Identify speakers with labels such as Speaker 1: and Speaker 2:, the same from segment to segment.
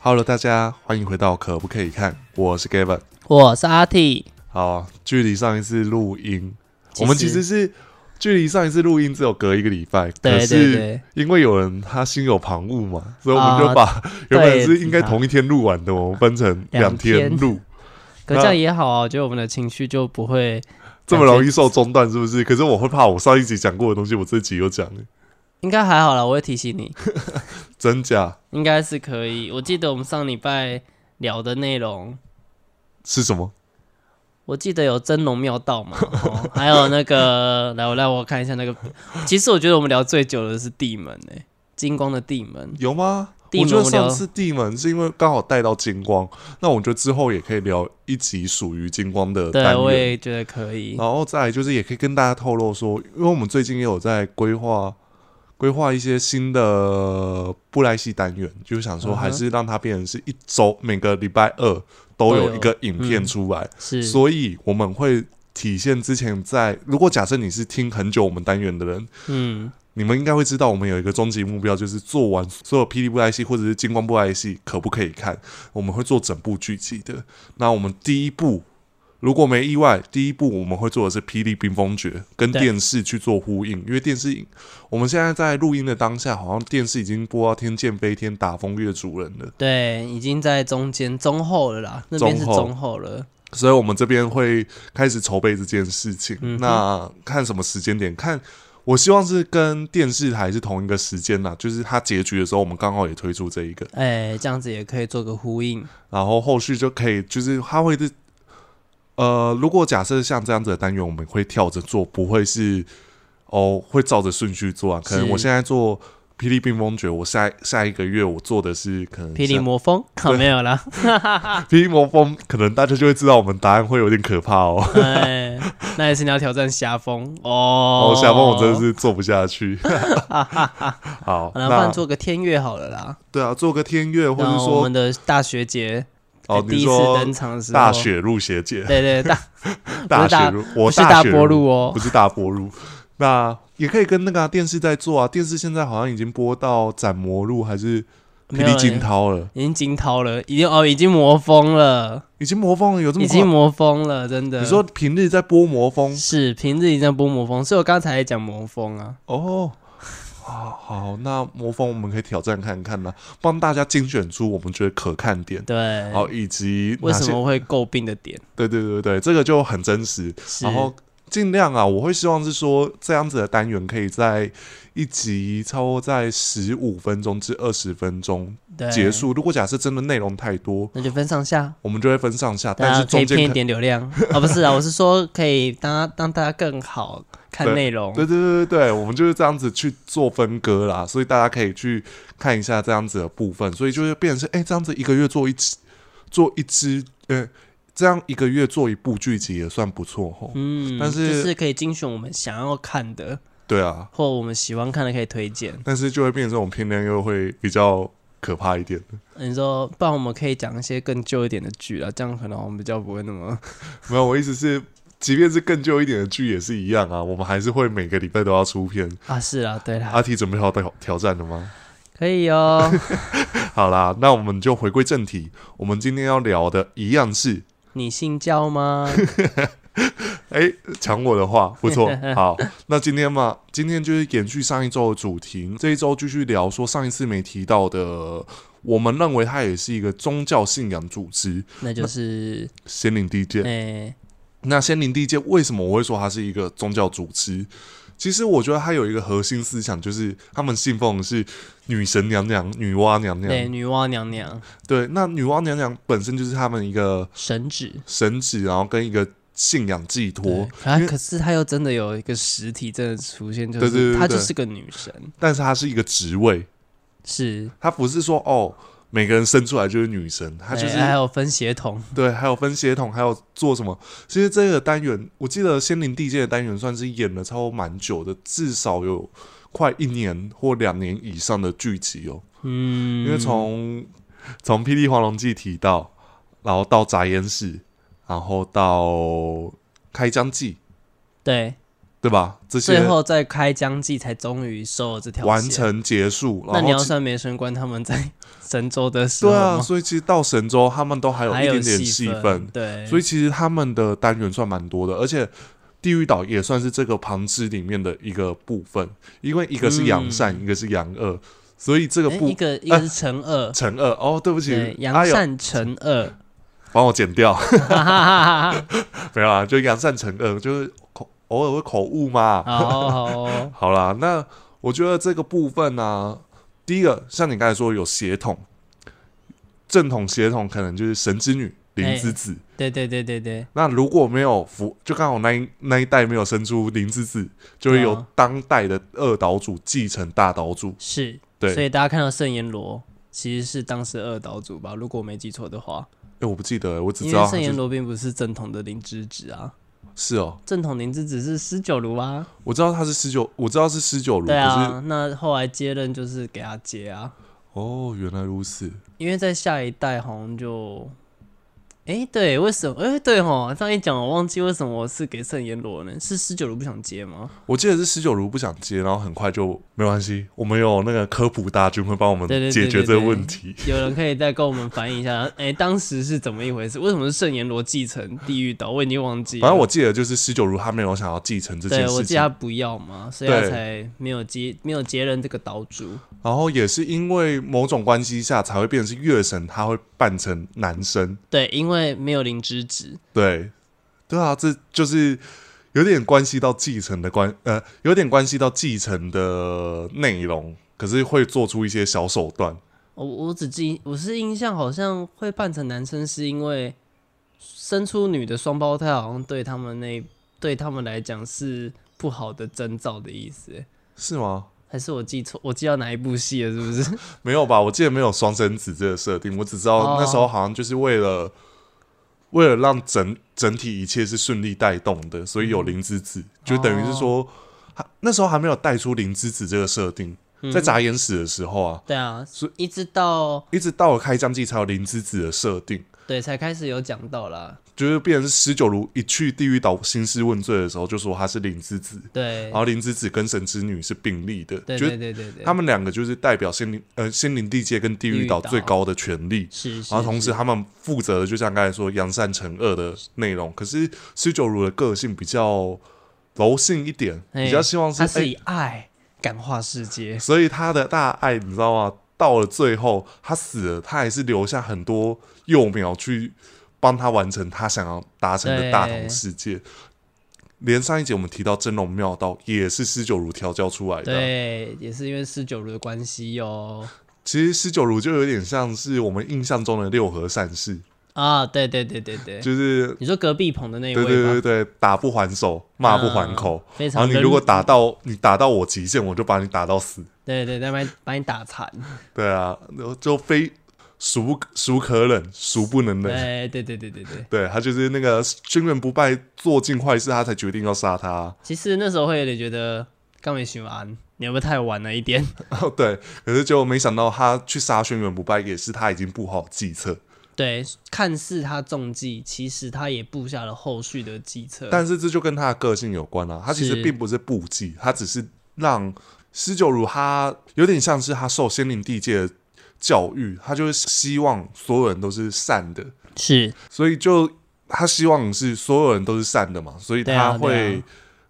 Speaker 1: Hello，大家欢迎回到可不可以看？我是 Gavin。
Speaker 2: 我是阿 T，
Speaker 1: 好，距离上一次录音，我们其实是距离上一次录音只有隔一个礼拜，
Speaker 2: 对
Speaker 1: 可
Speaker 2: 对
Speaker 1: 是
Speaker 2: 对
Speaker 1: 因为有人他心有旁骛嘛，所以我们
Speaker 2: 啊
Speaker 1: 就把、原本
Speaker 2: 对
Speaker 1: 是应该同一天录完的，我们分成两
Speaker 2: 两
Speaker 1: 天
Speaker 2: 天
Speaker 1: 录，
Speaker 2: 可这样也好啊，我觉得我们的情绪就不会
Speaker 1: 这么容易，受中断是不是？可是我会怕我上一集讲过的东西，我这集又讲了，
Speaker 2: 应该还好啦，我会提醒你，
Speaker 1: 真假
Speaker 2: 应该是可以。我记得我们上礼拜聊的内容，
Speaker 1: 是什么？
Speaker 2: 我记得有真龙妙道 嘛，哦、还有那个，来我来我看一下那个，其实我觉得我们聊最久的是地门诶、金光的地门，
Speaker 1: 有吗？
Speaker 2: 地
Speaker 1: 我
Speaker 2: 门
Speaker 1: 觉得
Speaker 2: 我聊
Speaker 1: 上次地门是因为刚好带到金光，那我觉得之后也可以聊一集属于金光的单
Speaker 2: 对，
Speaker 1: 元。
Speaker 2: 我也觉得可以。
Speaker 1: 然后再来就是也可以跟大家透露说，因为我们最近也有在规划规划一些新的布莱希单元，就是想说
Speaker 2: 嗯哼
Speaker 1: 还是让它变成是一周每个礼拜二都
Speaker 2: 都
Speaker 1: 有
Speaker 2: 有
Speaker 1: 一个影片
Speaker 2: 嗯
Speaker 1: 出来，
Speaker 2: 是，
Speaker 1: 所以我们会体现之前在如果假设你是听很久我们单元的人。
Speaker 2: 嗯，
Speaker 1: 你们应该会知道，我们有一个终极目标，就是做完所有《霹雳布莱希》或者是《金光布莱希》，可不可以看？我们会做整部剧集的。那我们第一步，如果没意外，第一步我们会做的是《霹雳冰封诀》，跟
Speaker 2: 对
Speaker 1: 电视去做呼应，因为电视我们现在在录音的当下，好像电视已经播到《天剑飞天》打风月主人了，
Speaker 2: 对，已经在中间中后了啦，那边是
Speaker 1: 中后
Speaker 2: 中后了。
Speaker 1: 所以我们这边会开始筹备这件事情。
Speaker 2: 嗯哼
Speaker 1: 那看什么时间点？看。我希望是跟电视台是同一个时间啦，就是它结局的时候，我们刚好也推出这一个。
Speaker 2: 哎、这样子也可以做个呼应。
Speaker 1: 然后后续就可以，就是它会是，呃，如果假设像这样子的单元，我们会跳着做，不会是哦，会照着顺序做啊。可能
Speaker 2: 是
Speaker 1: 我现在做《霹雳冰封诀》，我下下一个月我做的是可能
Speaker 2: 霹雳
Speaker 1: 像
Speaker 2: 魔风，好、没有啦。
Speaker 1: 霹雳魔风，可能大家就会知道我们答案会有点可怕哦。
Speaker 2: 哎，那也是你要挑战侠风哦。
Speaker 1: 哦，夏梦我真的是做不下 去。好，
Speaker 2: 好啦，不
Speaker 1: 那
Speaker 2: 然做个天月好了啦。
Speaker 1: 对啊，做个天月，或
Speaker 2: 然
Speaker 1: 者
Speaker 2: 后我
Speaker 1: 说
Speaker 2: 们的大学姐
Speaker 1: 哦，
Speaker 2: 第
Speaker 1: 你
Speaker 2: 一次
Speaker 1: 说
Speaker 2: 登场的时候，
Speaker 1: 大雪入学姐，
Speaker 2: 对对大
Speaker 1: 大
Speaker 2: 不是大
Speaker 1: 雪入， 我
Speaker 2: 不是大
Speaker 1: 雪
Speaker 2: 波路哦
Speaker 1: 不，是大波路。那也可以跟那个啊、电视在做啊，电视现在好像已经播到斩魔路还是霹
Speaker 2: 没有
Speaker 1: 雳惊涛了，
Speaker 2: 已经惊涛了，已经哦已经魔疯了，
Speaker 1: 已经魔风了，有这么
Speaker 2: 已经
Speaker 1: 快？
Speaker 2: 魔疯了，真的。
Speaker 1: 你说平日在播魔风
Speaker 2: 是平日已经在播魔疯，所以我刚才也讲魔疯啊。
Speaker 1: 哦。好好，那魔风我们可以挑战看看啦，帮大家精选出我们觉得可看点，
Speaker 2: 对，
Speaker 1: 好以及
Speaker 2: 为
Speaker 1: 哪
Speaker 2: 什
Speaker 1: 些？
Speaker 2: 么会诟病的点？
Speaker 1: 对对对对，这个就很真实。
Speaker 2: 是
Speaker 1: 然后尽量啊，我会希望是说这样子的单元可以在一集超过在十五分钟至二十分钟
Speaker 2: 对
Speaker 1: 结，束。如果假设真的内容太多，
Speaker 2: 那就分上下。
Speaker 1: 我们就会分上下，
Speaker 2: 大
Speaker 1: 啊但
Speaker 2: 家
Speaker 1: 是
Speaker 2: 可以
Speaker 1: 中
Speaker 2: 骗
Speaker 1: 间
Speaker 2: 一
Speaker 1: 可
Speaker 2: 点流量 啊，不是啊，我是说可以当当大家更好看内容。
Speaker 1: 对对对对对，我们就是这样子去做分割啦，所以大家可以去看一下这样子的部分，所以就会变成是，哎、这样子一个月做一支，做一支，呃，这样一个月做一部剧集也算不错吼。
Speaker 2: 嗯，
Speaker 1: 但是
Speaker 2: 就是可以精选我们想要看的
Speaker 1: 对啊，
Speaker 2: 或我们喜欢看的，可以推荐。
Speaker 1: 但是就会变成这种片量又会比较可怕一点。
Speaker 2: 你说，不然我们可以讲一些更旧一点的剧啊，这样可能我们比较不会 那么
Speaker 1: 没有，我意思是。即便是更旧一点的剧也是一样啊，我们还是会每个礼拜都要出片。
Speaker 2: 啊。是啊，对啦，
Speaker 1: 阿 T 准备好挑挑战了吗？
Speaker 2: 可以哦。
Speaker 1: 好啦，那我们就回归正题。我们今天要聊的一样是，
Speaker 2: 你信 教吗？
Speaker 1: 哎、抢我的话不错。好，那今天嘛，今天就是延续上一周的主题，这一周继续聊说上一次没提到的，我们认为它也是一个宗教信仰组织
Speaker 2: 那就是，
Speaker 1: ——仙灵地界。
Speaker 2: 哎，
Speaker 1: 那仙灵地界为什么我会说它是一个宗教组织？其实我觉得它有一个核心思想，就是他们信奉的是女神娘娘、女娲娘娘。
Speaker 2: 对，女娲娘娘、
Speaker 1: 对，那女娲娘娘本身就是他们一个
Speaker 2: 神指。
Speaker 1: 神祇，然后跟一个信仰寄
Speaker 2: 对
Speaker 1: 托，，
Speaker 2: 可
Speaker 1: 因为
Speaker 2: 可是她又真的有一个实体真的出现，就
Speaker 1: 对对对
Speaker 2: 是
Speaker 1: 对
Speaker 2: 她
Speaker 1: 对
Speaker 2: 就是个女神，
Speaker 1: 但是它是一个职位，
Speaker 2: 是
Speaker 1: 它不是说哦每个人生出来就是女神，它就
Speaker 2: 对
Speaker 1: 是
Speaker 2: 还有分协同，
Speaker 1: 对，还有分血统，还有做什么。其实这个单元，我记得《仙灵地界》的单元算是演了超蛮久的，至少有快一年或两年以上的剧集哦，
Speaker 2: 嗯，
Speaker 1: 因为从从《霹雳黄龙记》提到，然后到《杂言室》，然后到《开疆记》。
Speaker 2: 对
Speaker 1: 对吧？这些
Speaker 2: 最后在开疆记才终于收了这条线
Speaker 1: 完。成结束，
Speaker 2: 那
Speaker 1: 然
Speaker 2: 你要
Speaker 1: 后
Speaker 2: 算梅神官他们在神州的时候
Speaker 1: 对啊，
Speaker 2: 吗？
Speaker 1: 所以其实到神州他们都还有
Speaker 2: 还
Speaker 1: 一
Speaker 2: 有
Speaker 1: 点点
Speaker 2: 戏
Speaker 1: 戏份
Speaker 2: 份，，对，
Speaker 1: 所以其实他们的单元算蛮多的，而且地狱岛也算是这个旁支里面的一个部分，因为一个是杨善，一个是杨二，所以这个
Speaker 2: 嗯诶
Speaker 1: 部
Speaker 2: 一个一个是 乘二，
Speaker 1: 乘二哦，对不起
Speaker 2: 对，，
Speaker 1: 哎
Speaker 2: 杨
Speaker 1: 呦，
Speaker 2: 善乘二，
Speaker 1: 帮我剪掉，
Speaker 2: 哈哈哈哈哈
Speaker 1: 没有啊，就杨善乘二，就是口偶尔会口误嘛。
Speaker 2: 好哦好哦，
Speaker 1: 好啦，那我觉得这个部分呢、第一个像你刚才说有血统，正统血统可能就是神之女林之子，
Speaker 2: 对对对对对，
Speaker 1: 那如果没有服，就刚好那一那一代没有生出林之子，就会
Speaker 2: 对啊
Speaker 1: 由当代的二岛主继承大岛主。
Speaker 2: 是，
Speaker 1: 对，
Speaker 2: 所
Speaker 1: 哎、
Speaker 2: 以大家看到圣阎罗其实是当时二岛主吧，如果我没记错的话，
Speaker 1: 我不记得、我只
Speaker 2: 因
Speaker 1: 知道
Speaker 2: 为
Speaker 1: 他
Speaker 2: 圣
Speaker 1: 就
Speaker 2: 阎
Speaker 1: 是
Speaker 2: 罗并不是正统的灵芝子啊，
Speaker 1: 是哦，
Speaker 2: 正统灵芝子是狮九炉啊，
Speaker 1: 我知道他是十九，我知道是十九炉，
Speaker 2: 对
Speaker 1: 可是
Speaker 2: 啊，那后来接任就是给他接啊，
Speaker 1: 哦，原来如此，
Speaker 2: 因为在下一代好像就。哎，对，为什么？哎，对吼，这样一讲，我忘记为什么我是给圣阎罗呢？是十九炉不想接吗？
Speaker 1: 我记得是十九炉不想接，然后很快就没关系，我们有那个科普大军会帮我们
Speaker 2: 对对对
Speaker 1: 解决
Speaker 2: 对
Speaker 1: 这个
Speaker 2: 对
Speaker 1: 问题。
Speaker 2: 有人可以再跟我们反映一下， 哎、当时是怎么一回事？为什么是圣阎罗继承地狱岛？我已经忘记了。
Speaker 1: 反正我记得就是十九如他没有想要继承这件
Speaker 2: 对
Speaker 1: 事情，
Speaker 2: 我记得他不要嘛，所以
Speaker 1: 对
Speaker 2: 他才没有接没有接任这个岛主。
Speaker 1: 然后也是因为某种关系下才会变成是月神，他会扮成男生，
Speaker 2: 对，因为没有灵芝子，
Speaker 1: 对，对啊，这就是有点关系到继承的关，呃，有点关系到继承的内容，可是会做出一些小手段，
Speaker 2: 哦我我只记我是印象好像会扮成男生，是因为生出女的双胞胎，好像对他们那对他们来讲是不好的征兆的意思。哎
Speaker 1: 是吗？
Speaker 2: 还是我记错，我记到哪一部戏了？是不是？
Speaker 1: 没有吧？我记得没有双生子这个设定，我只知道
Speaker 2: 哦
Speaker 1: 那时候好像就是为了、为了让整整体一切是顺利带动的，所以有灵之
Speaker 2: 嗯
Speaker 1: 子，就等于是
Speaker 2: 哦
Speaker 1: 说，还那时候还没有带出灵之子这个设定，在
Speaker 2: 嗯
Speaker 1: 眨眼史的时候啊，
Speaker 2: 对啊
Speaker 1: 所，
Speaker 2: 一直到
Speaker 1: 一直到了开疆记才有灵之子的设定。
Speaker 2: 对才开始有讲到啦。
Speaker 1: 就是变成是十九如一去地狱岛兴师问罪的时候，就说他是灵之子，
Speaker 2: 对
Speaker 1: 然，后灵之子跟神之女是并立的，
Speaker 2: 对
Speaker 1: 就
Speaker 2: 对
Speaker 1: 是
Speaker 2: 对对对，
Speaker 1: 他们两个就是代表仙灵呃仙灵地界跟地狱岛
Speaker 2: 地狱岛
Speaker 1: 最高的权力。
Speaker 2: 是是，
Speaker 1: 然后同
Speaker 2: 是
Speaker 1: 时，他们负责的就像刚才说扬善惩恶的内容。可是十九如的个性比较柔性一点，
Speaker 2: 哎
Speaker 1: 比较希望是
Speaker 2: 他
Speaker 1: 哎，
Speaker 2: 是以爱感化世界，
Speaker 1: 所以他的大爱你知道吗？到了最后，他死了，他还是留下很多幼苗去帮他完成他想要达成的大同世界。连上一节我们提到真龙妙道也是施九如调教出来的啊，
Speaker 2: 对，也是因为四九如的关系哟。
Speaker 1: 其实施九如就有点像是我们印象中的六合善士，
Speaker 2: 啊，对对对对对，
Speaker 1: 就是
Speaker 2: 你说隔壁棚的那一
Speaker 1: 对
Speaker 2: 位
Speaker 1: 对
Speaker 2: 吗？啊
Speaker 1: 对对，打不还手，骂不还口。
Speaker 2: 非
Speaker 1: 然
Speaker 2: 常
Speaker 1: 后你
Speaker 2: 人
Speaker 1: 如果打到你打到我极限，我就把你打到死。
Speaker 2: 对对，那边把你打残，
Speaker 1: 对啊，然后就非孰不孰可忍，孰不能忍。
Speaker 2: 对哎对对对对对。
Speaker 1: 对他就是那个军人不败，做尽坏事，他才决定要杀他。
Speaker 2: 其实那时候会有点觉得刚没巡完，你会不会太晚了一 点？
Speaker 1: 对，可是就没想到他去杀轩辕不败，也是他已经布好计策。
Speaker 2: 对，看似他中计，其实他也布下了后续的计策。
Speaker 1: 但是这就跟他的个性有关了、他其实
Speaker 2: 是
Speaker 1: 并不是布计，他只是让施九如他有点像是他受仙灵地界的教育，他就是希望所有人都是善的，
Speaker 2: 是
Speaker 1: 所以就他希望是所有人都是善的嘛，所以
Speaker 2: 对啊
Speaker 1: 他
Speaker 2: 对
Speaker 1: 会
Speaker 2: 啊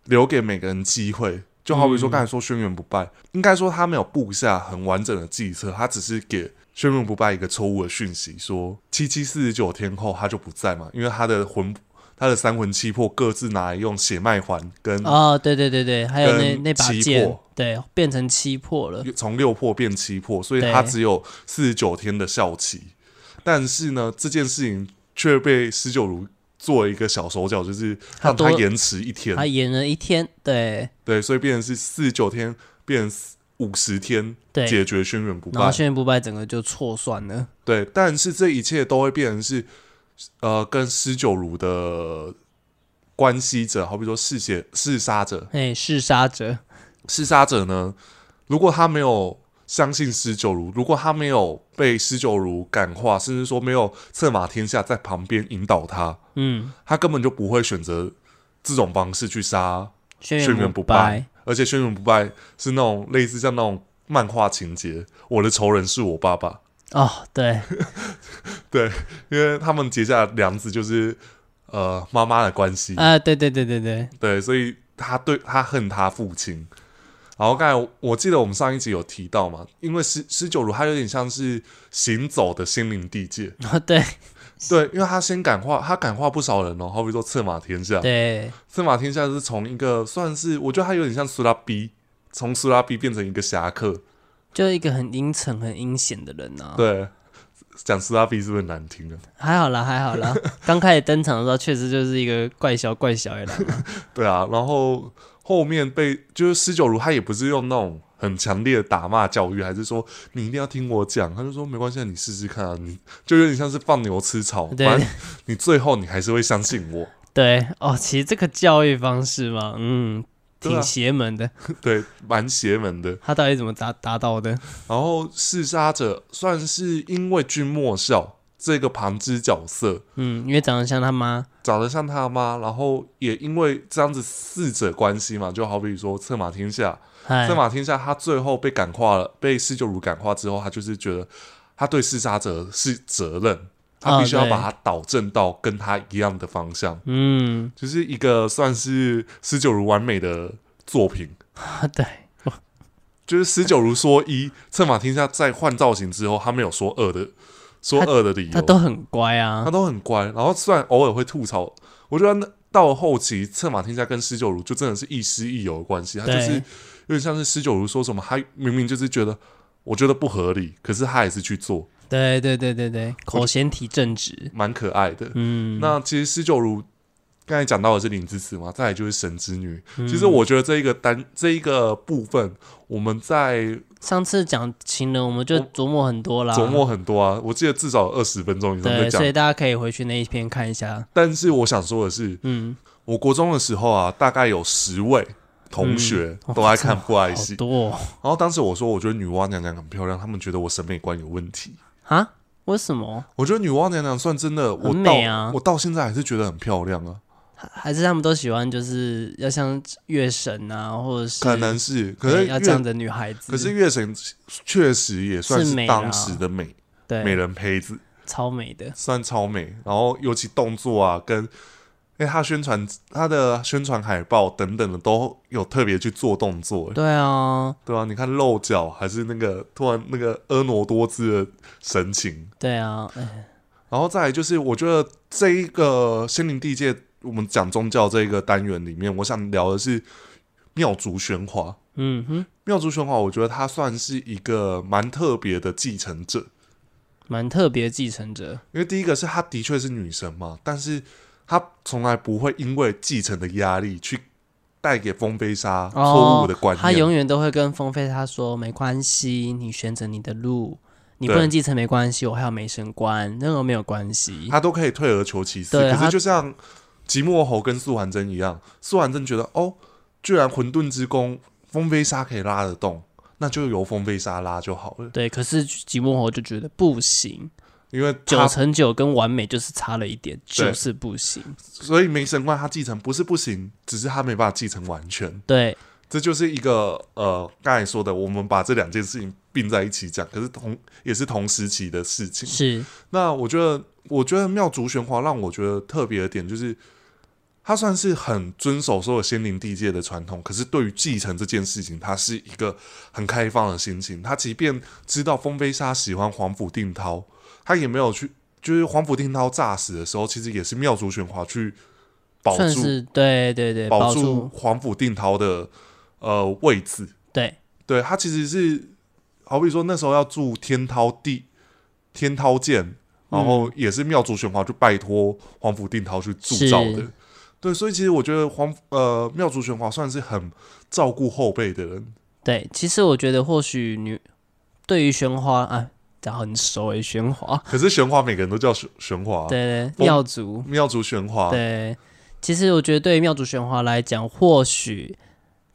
Speaker 1: 留给每个人机会。就好比说
Speaker 2: 嗯
Speaker 1: 刚才说轩辕不败，应该说他没有布下很完整的计策，他只是给轩辕不败一个错误的讯息，说七七四十九天后他就不在嘛，因为他的魂、他的三魂七魄各自拿来用血脉环跟
Speaker 2: 哦，对对对对，还有
Speaker 1: 嗯
Speaker 2: 那
Speaker 1: 跟嗯
Speaker 2: 那把
Speaker 1: 七
Speaker 2: 剑
Speaker 1: 魄，
Speaker 2: 对，变成七魄了。
Speaker 1: 从六魄变七魄，所以
Speaker 2: 对
Speaker 1: 他只有四十九天的效期。但是呢，这件事情却被十九如做了一个小手脚，就是
Speaker 2: 他
Speaker 1: 让他
Speaker 2: 多
Speaker 1: 延迟一天
Speaker 2: 他。演了一天，对
Speaker 1: 对，所以变成是四十九天，变成五十天
Speaker 2: 对，
Speaker 1: 解决轩辕不
Speaker 2: 然后
Speaker 1: 败。
Speaker 2: 轩辕不败整个就错算了，
Speaker 1: 对，但是这一切都会变成是呃，跟十九如的关系者，好比说嗜血嗜杀者，
Speaker 2: 哎，弑杀者，
Speaker 1: 弑杀者呢，如果他没有相信施九如，如果他没有被施九如感化，甚至说没有策马天下在旁边引导他，
Speaker 2: 嗯，
Speaker 1: 他根本就不会选择这种方式去杀
Speaker 2: 轩
Speaker 1: 轩
Speaker 2: 辕
Speaker 1: 辕
Speaker 2: 不
Speaker 1: 不败，而且轩辕不败是那种类似像那种漫画情节，我的仇人是我爸爸，
Speaker 2: 哦，对，
Speaker 1: 因为他们结下的梁子就是呃妈妈的关系，
Speaker 2: 啊，对对对对对，
Speaker 1: 对，所以他对他恨他父亲。然后刚才我记得我们上一集有提到嘛，因为十十九如他有点像是行走的心灵地界，
Speaker 2: 哦 对
Speaker 1: 对，因为他先感化，他感化不少人哦，好比说策马天下，
Speaker 2: 对，
Speaker 1: 策马天下是从一个算是我觉得他有点像苏拉比，从苏拉比变成一个侠客，
Speaker 2: 就一个很阴沉、很阴险的人呐、啊。
Speaker 1: 对，讲斯拉比是不是很难听啊？
Speaker 2: 还好啦，还 好啦。刚开始登场的时候，确实就是一个怪小怪小的人。
Speaker 1: 对啊，然后后面被就是施九如，他也不是用那种很强烈的打骂教育，还是说你一定要听我讲，他就说没关系啊，你试试看啊，你就有点像是放牛吃草，
Speaker 2: 对
Speaker 1: 反正你最后你还是会相信我。
Speaker 2: 对哦，其实这个教育方式嘛，嗯，
Speaker 1: 对
Speaker 2: 挺
Speaker 1: 啊
Speaker 2: 邪门的。
Speaker 1: 对，蛮邪门的。
Speaker 2: 他到底怎么达达到的？
Speaker 1: 然后弑杀者算是因为君莫笑这个旁支角色
Speaker 2: 嗯，因为长得像他妈。
Speaker 1: 长得像他妈，然后也因为这样子四者关系嘛，就好比说策马天下，
Speaker 2: 哎
Speaker 1: 策，马天下他最后被感化了，被施九如感化之后，他就是觉得他对弑杀者是责任，他必须要
Speaker 2: 哦对
Speaker 1: 把他导正到跟他一样的方向，
Speaker 2: 嗯，
Speaker 1: 就是一个算是施九如完美的作品。
Speaker 2: 啊对，
Speaker 1: 就是施九如说一， 策马天下在换造型之后，他没有说二的，说二的理由，
Speaker 2: 他都很乖
Speaker 1: 他
Speaker 2: 啊。
Speaker 1: 都很乖，然后虽然偶尔会吐槽，我觉得那到了后期，策马天下跟施九如就真的是亦师亦友的关系，他就是
Speaker 2: 对
Speaker 1: 有点像是施九如说什么，他明明就是觉得我觉得不合理，可是他还是去做，
Speaker 2: 对对对对对，口嫌体正直。
Speaker 1: 蛮可爱的。
Speaker 2: 嗯，
Speaker 1: 那其实施九如刚才讲到的是灵之子嘛，再来就是神之女。
Speaker 2: 嗯
Speaker 1: 其实我觉得这一个单这一个部分，我们在
Speaker 2: 上次讲情人，我们就
Speaker 1: 我
Speaker 2: 琢磨很多啦。
Speaker 1: 琢磨很多啊，我记得至少二十分钟以上在
Speaker 2: 对，所
Speaker 1: 讲。
Speaker 2: 以大家可以回去那一篇看一下。
Speaker 1: 但是我想说的是，
Speaker 2: 嗯，
Speaker 1: 我国中的时候啊，大概有十位同学
Speaker 2: 嗯
Speaker 1: 都爱看布爱
Speaker 2: 好
Speaker 1: 戏。
Speaker 2: 多哦
Speaker 1: 然后当时我说，我觉得女娲娘娘很漂亮，他们觉得我审美观有问题。
Speaker 2: 啊？为什么？
Speaker 1: 我觉得女娲娘娘算真的，我
Speaker 2: 很
Speaker 1: 到、
Speaker 2: 美啊
Speaker 1: 我到现在还是觉得很漂亮啊。
Speaker 2: 还还是他们都喜欢，就是要像月神啊，或者是
Speaker 1: 可能是，可
Speaker 2: 对
Speaker 1: 是
Speaker 2: 要这样
Speaker 1: 月，
Speaker 2: 的女孩子，
Speaker 1: 可是月神确实也算
Speaker 2: 是
Speaker 1: 是
Speaker 2: 美啦
Speaker 1: 当时的美
Speaker 2: 对
Speaker 1: 美人胚子，
Speaker 2: 超美的，
Speaker 1: 算超美。然后尤其动作啊，跟哎她宣传她的宣传海报等等的都有特别去做动作、欸
Speaker 2: 对啊，
Speaker 1: 对啊，你看露脚还是那个突然那个婀娜多姿的神情，
Speaker 2: 对啊，哎
Speaker 1: 然后再来就是，我觉得这一个心灵地界，我们讲宗教这一个单元里面，我想聊的是妙竹玄华。
Speaker 2: 嗯哼，
Speaker 1: 妙竹玄华，我觉得他算是一个蛮特别的继承者，
Speaker 2: 蛮特别继承者，
Speaker 1: 因为第一个是她的确是女神嘛，但是她从来不会因为继承的压力去带给风飞沙错误的观
Speaker 2: 他
Speaker 1: 念。
Speaker 2: 永远都会跟风飞他说没关系，你选择你的路，你
Speaker 1: 对
Speaker 2: 不能继承没关系，我还有梅神官，那个没有关系，
Speaker 1: 他都可以退而求其次。
Speaker 2: 对
Speaker 1: 可
Speaker 2: 他
Speaker 1: 是就像即墨侯跟素还真一样，素还真觉得哦，居然混沌之弓风飞沙可以拉得动，那就由风飞沙拉就好了，
Speaker 2: 对，可是寂寞猴就觉得不行，
Speaker 1: 因为
Speaker 2: 九
Speaker 1: 他
Speaker 2: 乘九跟完美就是差了一点，
Speaker 1: 对
Speaker 2: 就是不行，
Speaker 1: 所以梅神官他继承不是不行，只是他没办法继承完全。
Speaker 2: 对，
Speaker 1: 这就是一个呃，刚才说的，我们把这两件事情并在一起讲，可是同也是同时期的事情。
Speaker 2: 是，
Speaker 1: 那我觉得，我觉得妙竹玄华让我觉得特别的点就是，他算是很遵守所有仙灵地界的传统，可是对于继承这件事情，他是一个很开放的心情。他即便知道风飞沙喜欢皇甫定涛，他也没有去，就是皇甫定涛诈死的时候，其实也是妙竹玄华去保
Speaker 2: 算
Speaker 1: 住
Speaker 2: 是对对对，保
Speaker 1: 住皇甫定涛的呃位置。
Speaker 2: 对，
Speaker 1: 对他其实是好比说那时候要住天涛地天涛剑，然后
Speaker 2: 嗯
Speaker 1: 也是妙竹玄华去拜托皇甫定涛去铸造的
Speaker 2: 是。
Speaker 1: 对，所以其实我觉得皇呃妙竹玄华算是很照顾后辈的人，
Speaker 2: 对，其实我觉得或许女对于玄华啊，讲很熟诶，玄华，
Speaker 1: 可是玄华每个人都叫玄玄华，
Speaker 2: 对对，
Speaker 1: 风
Speaker 2: 妙族，
Speaker 1: 妙竹玄华，
Speaker 2: 对，其实我觉得对于妙族玄华来讲，或许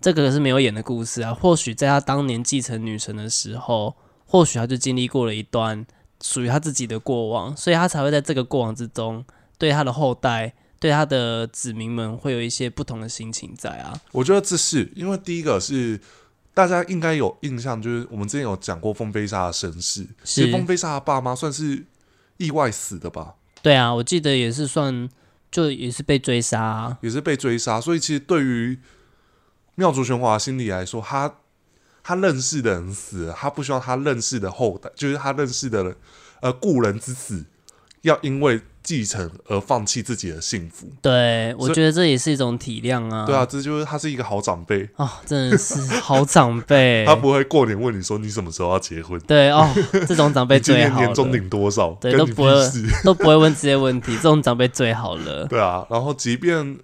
Speaker 2: 这个是没有演的故事啊，或许在他当年继承女神的时候，或许他就经历过了一段属于他自己的过往，所以他才会在这个过往之中对他的后代对他的子民们会有一些不同的心情在啊。
Speaker 1: 我觉得这是因为第一个是大家应该有印象，就是我们之前有讲过风飞沙的身世，其实
Speaker 2: 是
Speaker 1: 风飞沙的爸妈算是意外死的吧，
Speaker 2: 对啊，我记得也是算，就也是被追杀、啊。
Speaker 1: 也是被追杀，所以其实对于妙竹玄华心里来说，他他认识的人死了，他不希望他认识的后代，就是他认识的人，呃，故人之死，要因为继承而放弃自己的幸福。
Speaker 2: 对，
Speaker 1: 所
Speaker 2: 我
Speaker 1: 以
Speaker 2: 觉得这也是一种体谅啊。
Speaker 1: 对啊，这就是他是一个好长辈，
Speaker 2: 哦，真的是好长辈。
Speaker 1: 他不会过年问你说你什么时候要结婚，
Speaker 2: 对哦，这种长辈
Speaker 1: 你今
Speaker 2: 最
Speaker 1: 年
Speaker 2: 好
Speaker 1: 年终
Speaker 2: 了，
Speaker 1: 领多少，
Speaker 2: 对
Speaker 1: 跟
Speaker 2: 都
Speaker 1: 你
Speaker 2: 不
Speaker 1: 屁
Speaker 2: 会
Speaker 1: 事。
Speaker 2: 都不会问这些问题，这种长辈最好 了。
Speaker 1: 对啊，然后即便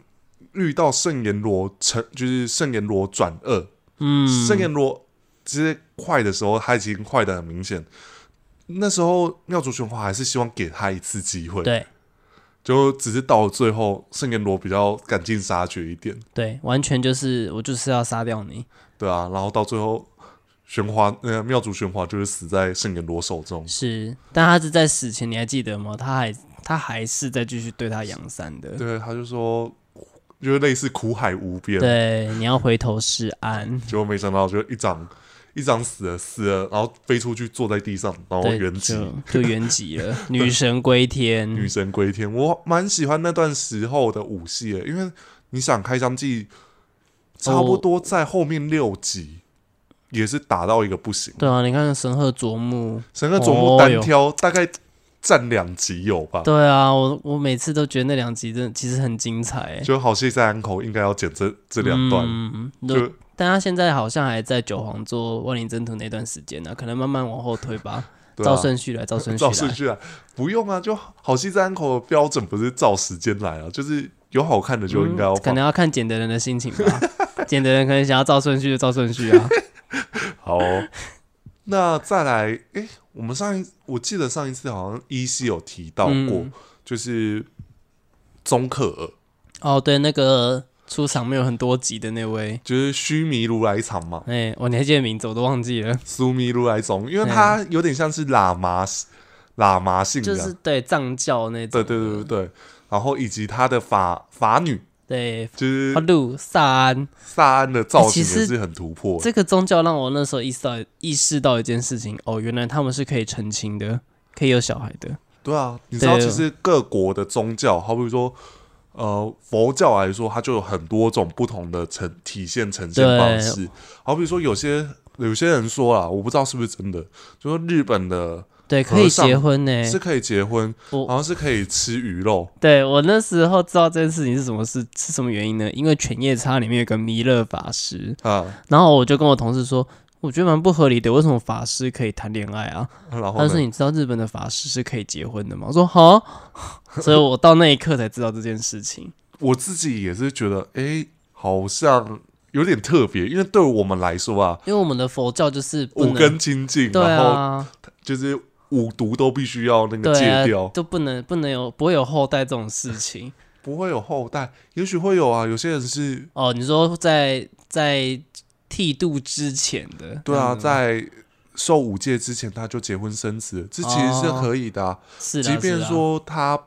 Speaker 1: 遇到圣阎罗成，就是圣阎罗转恶，
Speaker 2: 嗯，
Speaker 1: 圣阎罗直接坏的时候，他已经坏的很明显。那时候妙竹玄华还是希望给他一次机会，
Speaker 2: 对
Speaker 1: 就只是到了最后，圣阎罗比较赶尽杀绝一点，
Speaker 2: 对，完全就是我就是要杀掉你。
Speaker 1: 对啊，然后到最后。玄华，呃，妙竹玄华就是死在圣阎罗手中，
Speaker 2: 是，但他是在死前，你还记得吗？他还他还是在继续对他扬善的。
Speaker 1: 对，他就说，就是类似苦海无边，
Speaker 2: 对，你要回头是岸。
Speaker 1: 结果没想到就一掌一掌死了，死了，然后飞出去坐在地上，然后
Speaker 2: 对，
Speaker 1: 哦原籍
Speaker 2: 就嗯就原籍了，女神归
Speaker 1: 女
Speaker 2: 天。
Speaker 1: 神归天。我蛮喜欢那段时候的武戏的，因为你想开枪季差不
Speaker 2: 哦
Speaker 1: 多在后面六集。也是打到一个不行，
Speaker 2: 对啊，你看神鹤啄木。
Speaker 1: 神个总目
Speaker 2: 哦
Speaker 1: 单
Speaker 2: 哟
Speaker 1: 挑大概占两集有吧，
Speaker 2: 对啊，我我每次都觉得那两集真的其实很精彩。
Speaker 1: 就好戏在安口应该要剪这这两段，
Speaker 2: 嗯，
Speaker 1: 就
Speaker 2: 就但他现在好像还在九皇做万灵征途那段时间呢、可能慢慢往后推吧。
Speaker 1: 对
Speaker 2: 照
Speaker 1: 啊，
Speaker 2: 顺序来，照顺序
Speaker 1: 照顺
Speaker 2: 来。
Speaker 1: 序来，不用啊，就好戏在安口的标准不是照时间来啊，就是有好看的就应该要
Speaker 2: 嗯可
Speaker 1: 放。
Speaker 2: 能要看剪的人的心情吧。 剪的人可能想要照顺序就照顺序啊。
Speaker 1: 好哦、 那再来，诶，我们上一我记得上一次好像依稀有提到过，
Speaker 2: 嗯
Speaker 1: 就是宗克尔，
Speaker 2: 哦，对，那个出场没有很多集的那位，
Speaker 1: 就是须弥如来藏嘛，
Speaker 2: 哎、我你还记得名字，我都忘记了。
Speaker 1: 苏弥如来宗，因为他有点像是喇嘛喇嘛信仰，
Speaker 2: 就是对藏教那
Speaker 1: 对
Speaker 2: 种的，
Speaker 1: 对对对对，然后以及他的法法女，
Speaker 2: 对
Speaker 1: 就是
Speaker 2: 花露萨安
Speaker 1: 萨安的造型
Speaker 2: 哦哎其实
Speaker 1: 也是很突破的，
Speaker 2: 这个宗教让我那时候意识到意识到一件事情，哦，原来他们是可以成亲的，可以有小孩的。
Speaker 1: 对啊，你知道，
Speaker 2: 对
Speaker 1: 其实各国的宗教，好比说，呃，佛教来说，它就有很多种不同的呈体现呈现方式。好比说，有些有些人说啊，我不知道是不是真的，就说日本的
Speaker 2: 对，
Speaker 1: 和
Speaker 2: 可以
Speaker 1: 尚
Speaker 2: 结婚呢。
Speaker 1: 是可以结婚，
Speaker 2: 哎我
Speaker 1: 好像是可以吃鱼肉，
Speaker 2: 对我那时候知道这件事情是什么事是什么原因呢？因为《犬夜叉》里面有个弥勒法师，
Speaker 1: 啊，
Speaker 2: 然后我就跟我同事说，我觉得蛮不合理的，为什么法师可以谈恋爱啊？
Speaker 1: 然
Speaker 2: 他
Speaker 1: 后
Speaker 2: 说
Speaker 1: 呢，
Speaker 2: 你知道日本的法师是可以结婚的吗？我说好， 所以我到那一刻才知道这件事情。
Speaker 1: 我自己也是觉得，哎，好像有点特别，因为对我们来说啊，
Speaker 2: 因为我们的佛教就是不
Speaker 1: 五
Speaker 2: 能
Speaker 1: 根清净，
Speaker 2: 对
Speaker 1: 然后
Speaker 2: 啊，
Speaker 1: 就是五毒都必须要那个
Speaker 2: 对
Speaker 1: 戒掉
Speaker 2: 啊，。都不能不能有不会有后代这种事情。
Speaker 1: 不会有后代，也许会有啊。有些人是，
Speaker 2: 哦，你说在在剃度之前的，
Speaker 1: 对啊，
Speaker 2: 嗯
Speaker 1: 在受五戒之前他就结婚生子了，这其实是
Speaker 2: 哦
Speaker 1: 可以的、啊。
Speaker 2: 是啦
Speaker 1: 即便
Speaker 2: 是啦
Speaker 1: 说他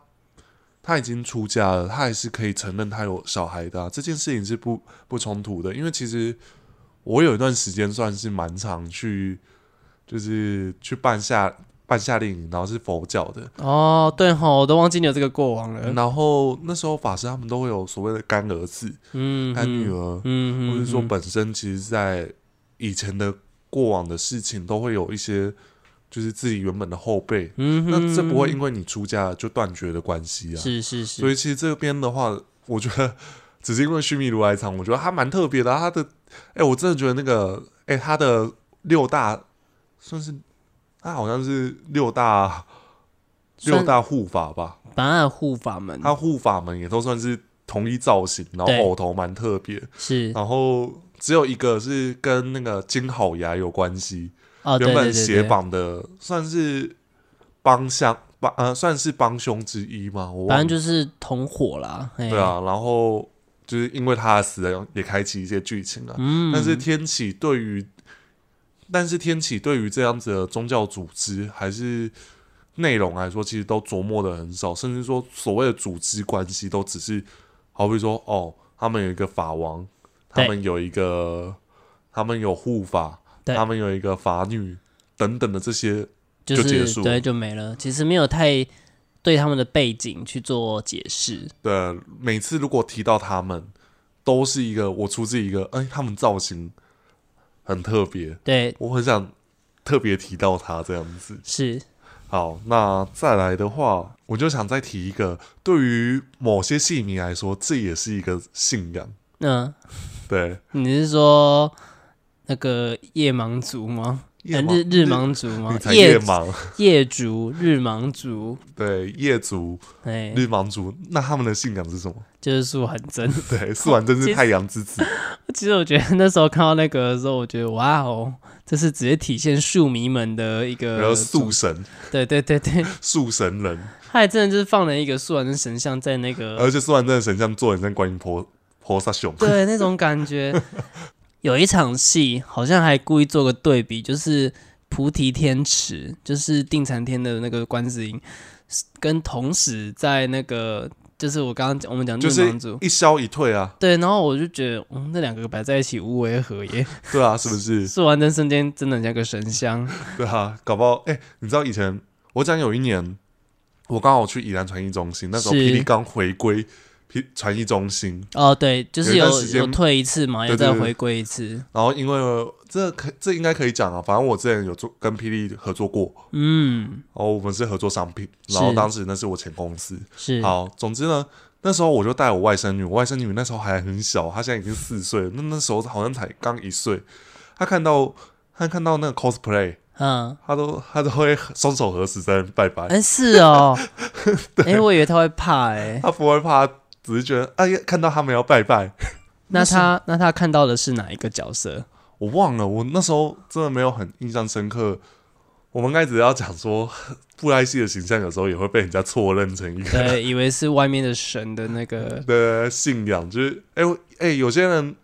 Speaker 1: 他已经出家了，他还是可以承认他有小孩的、啊。这件事情是不不冲突的，因为其实我有一段时间算是蛮常去，就是去办夏办夏令营，然后是佛教的，
Speaker 2: 哦，对吼，我都忘记你有这个过往了。
Speaker 1: 然后那时候法师他们都会有所谓的干儿子、
Speaker 2: 嗯，
Speaker 1: 干女儿。
Speaker 2: 嗯，
Speaker 1: 或
Speaker 2: 嗯，
Speaker 1: 是说
Speaker 2: 嗯
Speaker 1: 本身其实，在以前的过往的事情，都会有一些就是自己原本的后辈，
Speaker 2: 嗯，
Speaker 1: 那这不会因
Speaker 2: 嗯
Speaker 1: 为你出家就断绝的关系啊。
Speaker 2: 是是是，
Speaker 1: 所以其实这边的话，我觉得只是因为须弥如来藏，我觉得他蛮特别的啊、他的，哎、我真的觉得那个，哎、他的六大算是他好像是六大
Speaker 2: 算
Speaker 1: 六大护法吧，
Speaker 2: 反而护法门
Speaker 1: 他护法们也都算是同一造型，然后
Speaker 2: 对
Speaker 1: 偶头蛮特别。
Speaker 2: 是
Speaker 1: 然后只有一个是跟那个金好牙有关系，
Speaker 2: 哦，对
Speaker 1: 原
Speaker 2: 对
Speaker 1: 本
Speaker 2: 对
Speaker 1: 协
Speaker 2: 对，
Speaker 1: 绑的算是帮相帮呃算是帮凶之一嘛，我
Speaker 2: 反
Speaker 1: 忘
Speaker 2: 正
Speaker 1: 了。
Speaker 2: 就是同伙啦。嘿
Speaker 1: 对，啊，然后就是因为他的死了，也开启一些剧情啊。
Speaker 2: 嗯，
Speaker 1: 但是天启对于，但是天启对于这样子的宗教组织还是。内容来说，其实都琢磨的很少，甚至说所谓的组织关系都只是，好比说哦，他们有一个法王，他
Speaker 2: 对
Speaker 1: 们有一个，他们有护法，
Speaker 2: 对
Speaker 1: 他们有一个法女等等的这些，
Speaker 2: 就
Speaker 1: 就是结束
Speaker 2: 对，就没了。其实没有太对他们的背景去做解释，
Speaker 1: 对，每次如果提到他们，都是一个我出自一个，哎、他们造型很特别，
Speaker 2: 对，
Speaker 1: 我很想特别提到他这样子。
Speaker 2: 是
Speaker 1: 好，那再来的话，我就想再提一个，对于某些戏迷来说，这也是一个信仰。
Speaker 2: 那、
Speaker 1: 对，
Speaker 2: 你是说那个夜盲族吗？
Speaker 1: 夜
Speaker 2: 呃
Speaker 1: 盲
Speaker 2: 日日盲族吗
Speaker 1: 你？才
Speaker 2: 夜
Speaker 1: 夜盲，
Speaker 2: 夜族、日盲族，
Speaker 1: 对，夜族、
Speaker 2: 哎，
Speaker 1: 日盲族，那他们的信仰是什么？
Speaker 2: 就是素很真。
Speaker 1: 对，素完真
Speaker 2: 其
Speaker 1: 是
Speaker 2: 实
Speaker 1: 太阳之子，
Speaker 2: 哦其实我觉得那时候看到那个的时候，我觉得哇哦，这是直接体现树迷们的一
Speaker 1: 然后
Speaker 2: 个
Speaker 1: 素
Speaker 2: 主，
Speaker 1: 神、
Speaker 2: 对对对对，
Speaker 1: 素神人，
Speaker 2: 他还真的就是放了一个素完的神像在那个，
Speaker 1: 而且素完真的神像做很像观音菩菩萨熊。
Speaker 2: 对那种感觉。有一场戏好像还故意做个对比，就是菩提天池，就是定禅天的那个观世音，跟同时在那个就是我刚刚讲我们讲
Speaker 1: 就
Speaker 2: 日
Speaker 1: 是
Speaker 2: 芒族。
Speaker 1: 一消一退啊，
Speaker 2: 对，然后我就觉得，嗯，那两个摆在一起无为而合 耶。
Speaker 1: 对啊，是不是？
Speaker 2: 素完真瞬间真的很像个神像，
Speaker 1: 对啊，搞不好哎、你知道以前我讲有一年，我刚好去宜兰传艺中心，那时候
Speaker 2: 是
Speaker 1: 霹雳刚回归霹传艺中心，
Speaker 2: 哦，对，就
Speaker 1: 有
Speaker 2: 是
Speaker 1: 一
Speaker 2: 有
Speaker 1: 段时间
Speaker 2: 有退一次嘛，
Speaker 1: 对
Speaker 2: 有再
Speaker 1: 对对
Speaker 2: 回归一次。
Speaker 1: 然后因为这可这应该可以讲啊，反正我之前有做跟霹雳合作过，
Speaker 2: 嗯，
Speaker 1: 然后我们是合作商品，
Speaker 2: 是
Speaker 1: 然后当时那是我前公司。
Speaker 2: 是，
Speaker 1: 好，总之呢，那时候我就带我外甥女，我外甥女那时候还很小，她现在已经四岁了，那那时候好像才刚一岁，她看到她看到那个 cosplay。
Speaker 2: 嗯，
Speaker 1: 她都她都会双手合十在那边拜拜，
Speaker 2: 哎，是 哦，哎，我以为他会怕，哎，
Speaker 1: 他不会怕，只是觉得哎呀，看到他们要拜拜，
Speaker 2: 那他那他看到的是哪一个角色？
Speaker 1: 我忘了，我那时候真的没有很印象深刻。我们该只要讲说，布莱希的形象有时候也会被人家错认成一个
Speaker 2: 对，以为是外面的神的那个，
Speaker 1: 的信仰，就是哎我哎，有些人。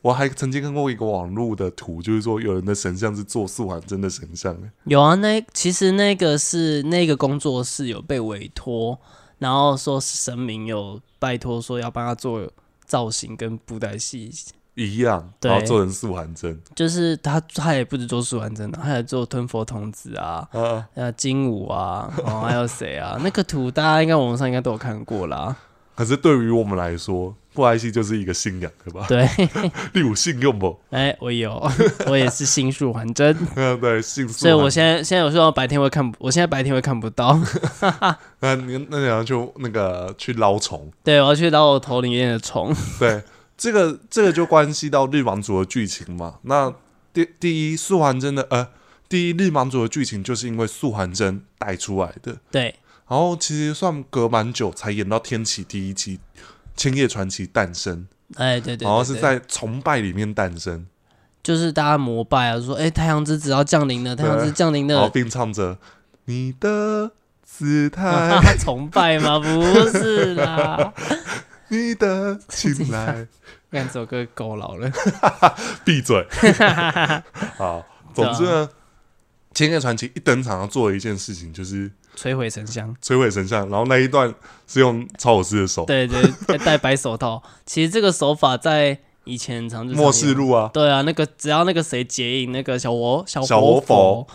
Speaker 1: 我还曾经看过一个网络的图，就是说有人的神像是做素还真的神像，
Speaker 2: 有啊，那其实那个是那个工作室有被委托，然后说是神明有拜托说要帮他做造型跟布袋戏，
Speaker 1: 一样，
Speaker 2: 对
Speaker 1: 然后做成素还真
Speaker 2: 就是他他也不止做素还真的，他还做吞佛童子啊，
Speaker 1: 啊，
Speaker 2: 呃，精武啊，哦，还有谁啊？那个图大家应该网络上应该都有看过啦。
Speaker 1: 可是对于我们来说，布莱希就是一个信仰，对吧？
Speaker 2: 对，
Speaker 1: 例如信用不？
Speaker 2: 哎、我有，我也是心术还真，
Speaker 1: 对，信素
Speaker 2: 所以我
Speaker 1: 还
Speaker 2: 现在现在有时候白天会看不，我现在白天会看不到。
Speaker 1: 那你那你要去那个去捞虫，
Speaker 2: 对，我要去捞我头里面的虫。
Speaker 1: 对，这个这个就关系到日芒族的剧情嘛。那第第一素还真的呃，第一日芒族的剧情就是因为素还真带出来的，
Speaker 2: 对，
Speaker 1: 然后其实算隔蛮久才演到天启第一期。千叶传奇诞生，
Speaker 2: 哎、对对对
Speaker 1: 然哦后是
Speaker 2: 对
Speaker 1: 在崇拜里面诞生，
Speaker 2: 就是大家膜拜啊，说哎、太阳之子要降临了，太阳之子降临
Speaker 1: 然后
Speaker 2: 了，
Speaker 1: 并唱着你的姿 态，
Speaker 2: 哈，崇拜吗？不是啦，
Speaker 1: 你的青睐，
Speaker 2: 看这首歌够老了。
Speaker 1: 闭嘴。好，总之呢，
Speaker 2: 啊
Speaker 1: 千叶传奇一登场要做的一件事情就是
Speaker 2: 摧毁沉香，
Speaker 1: 摧毁神像，然后那一段是用超偶师的手，
Speaker 2: 对对，哎戴白手套。其实这个手法在以前很常就
Speaker 1: 末世
Speaker 2: 录。
Speaker 1: 录啊，
Speaker 2: 对啊，那个只要那个谁结印，那个小活小
Speaker 1: 小
Speaker 2: 活
Speaker 1: 活
Speaker 2: 佛
Speaker 1: 佛，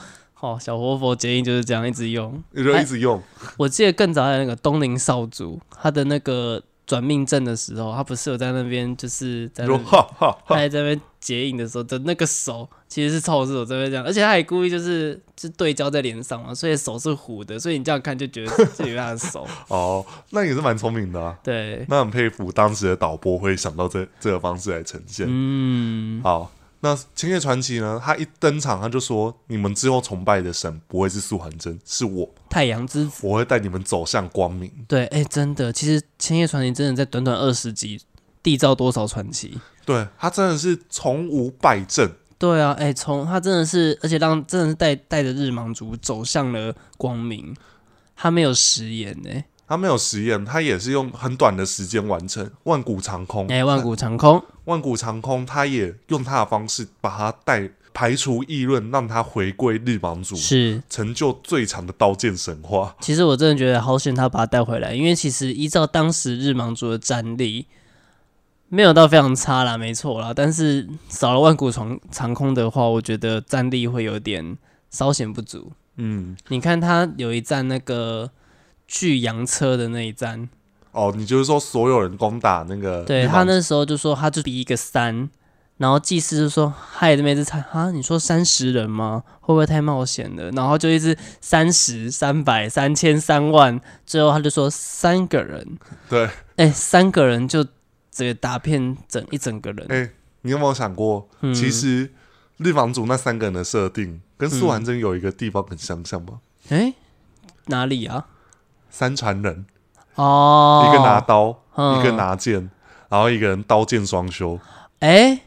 Speaker 2: 哦，小活佛结印就是这样一直用。哎
Speaker 1: 你就一直用，
Speaker 2: 我记得更早还有那个东陵少主，他的那个转命阵的时候，他不是有在那边就是在
Speaker 1: 你说
Speaker 2: 那边
Speaker 1: 哈哈 哈，
Speaker 2: 他还在那边结印的时候的那个手，其实是超手这边这样，而且他还故意就是就对焦在脸上嘛，所以手是糊的，所以你这样看就觉得是有他 的手。
Speaker 1: 哦，那也是蛮聪明的啊，
Speaker 2: 对，
Speaker 1: 那很佩服当时的导播会想到这这个方式来呈现。
Speaker 2: 嗯，
Speaker 1: 好，那千叶传奇呢，他一登场他就说，你们之后崇拜的神不会是素还真，是我，
Speaker 2: 太阳之子。
Speaker 1: 我会带你们走向光明。
Speaker 2: 对，哎、真的，其实《千叶传奇》真的在短短二十集缔造多少传奇？
Speaker 1: 对他真的是从无败阵，
Speaker 2: 对啊，哎、从他真的是，而且让真的是带带着日盲族走向了光明，他没有食言呢、欸，
Speaker 1: 他没有实验，他也是用很短的时间完成万古长空。
Speaker 2: 哎哎、万古长空，
Speaker 1: 万古长空，他也用他的方式把它带排除议论，让他回归日芒族，
Speaker 2: 是，
Speaker 1: 成就最长的刀剑神话。
Speaker 2: 其实我真的觉得好险他把他带回来，因为其实依照当时日芒族的战力，没有到非常差啦，没错啦。但是少了万古长长空的话，我觉得战力会有点稍显不足。
Speaker 1: 嗯，
Speaker 2: 你看他有一站那个巨羊车的那一站，
Speaker 1: 哦，你就是说所有人攻打那个
Speaker 2: 对
Speaker 1: 日
Speaker 2: 他
Speaker 1: 芒族
Speaker 2: 那时候就说他就比一个三，然后祭司就说嗨，这边是猜哈，你说三十人吗？会不会太冒险了？然后就一直三十、三百、三千、三万，最后他就说三个人，
Speaker 1: 对，
Speaker 2: 哎、三个人就直接打遍整一整个人。
Speaker 1: 哎你有没有想过，
Speaker 2: 嗯
Speaker 1: 其实日芒族那三个人的设定跟素还真有一个地方很相像吗？
Speaker 2: 哎、哪里啊？
Speaker 1: 三传人，
Speaker 2: 哦，
Speaker 1: 一个拿刀，
Speaker 2: 嗯
Speaker 1: 一个拿剑，然后一个人刀剑双修，
Speaker 2: 哎、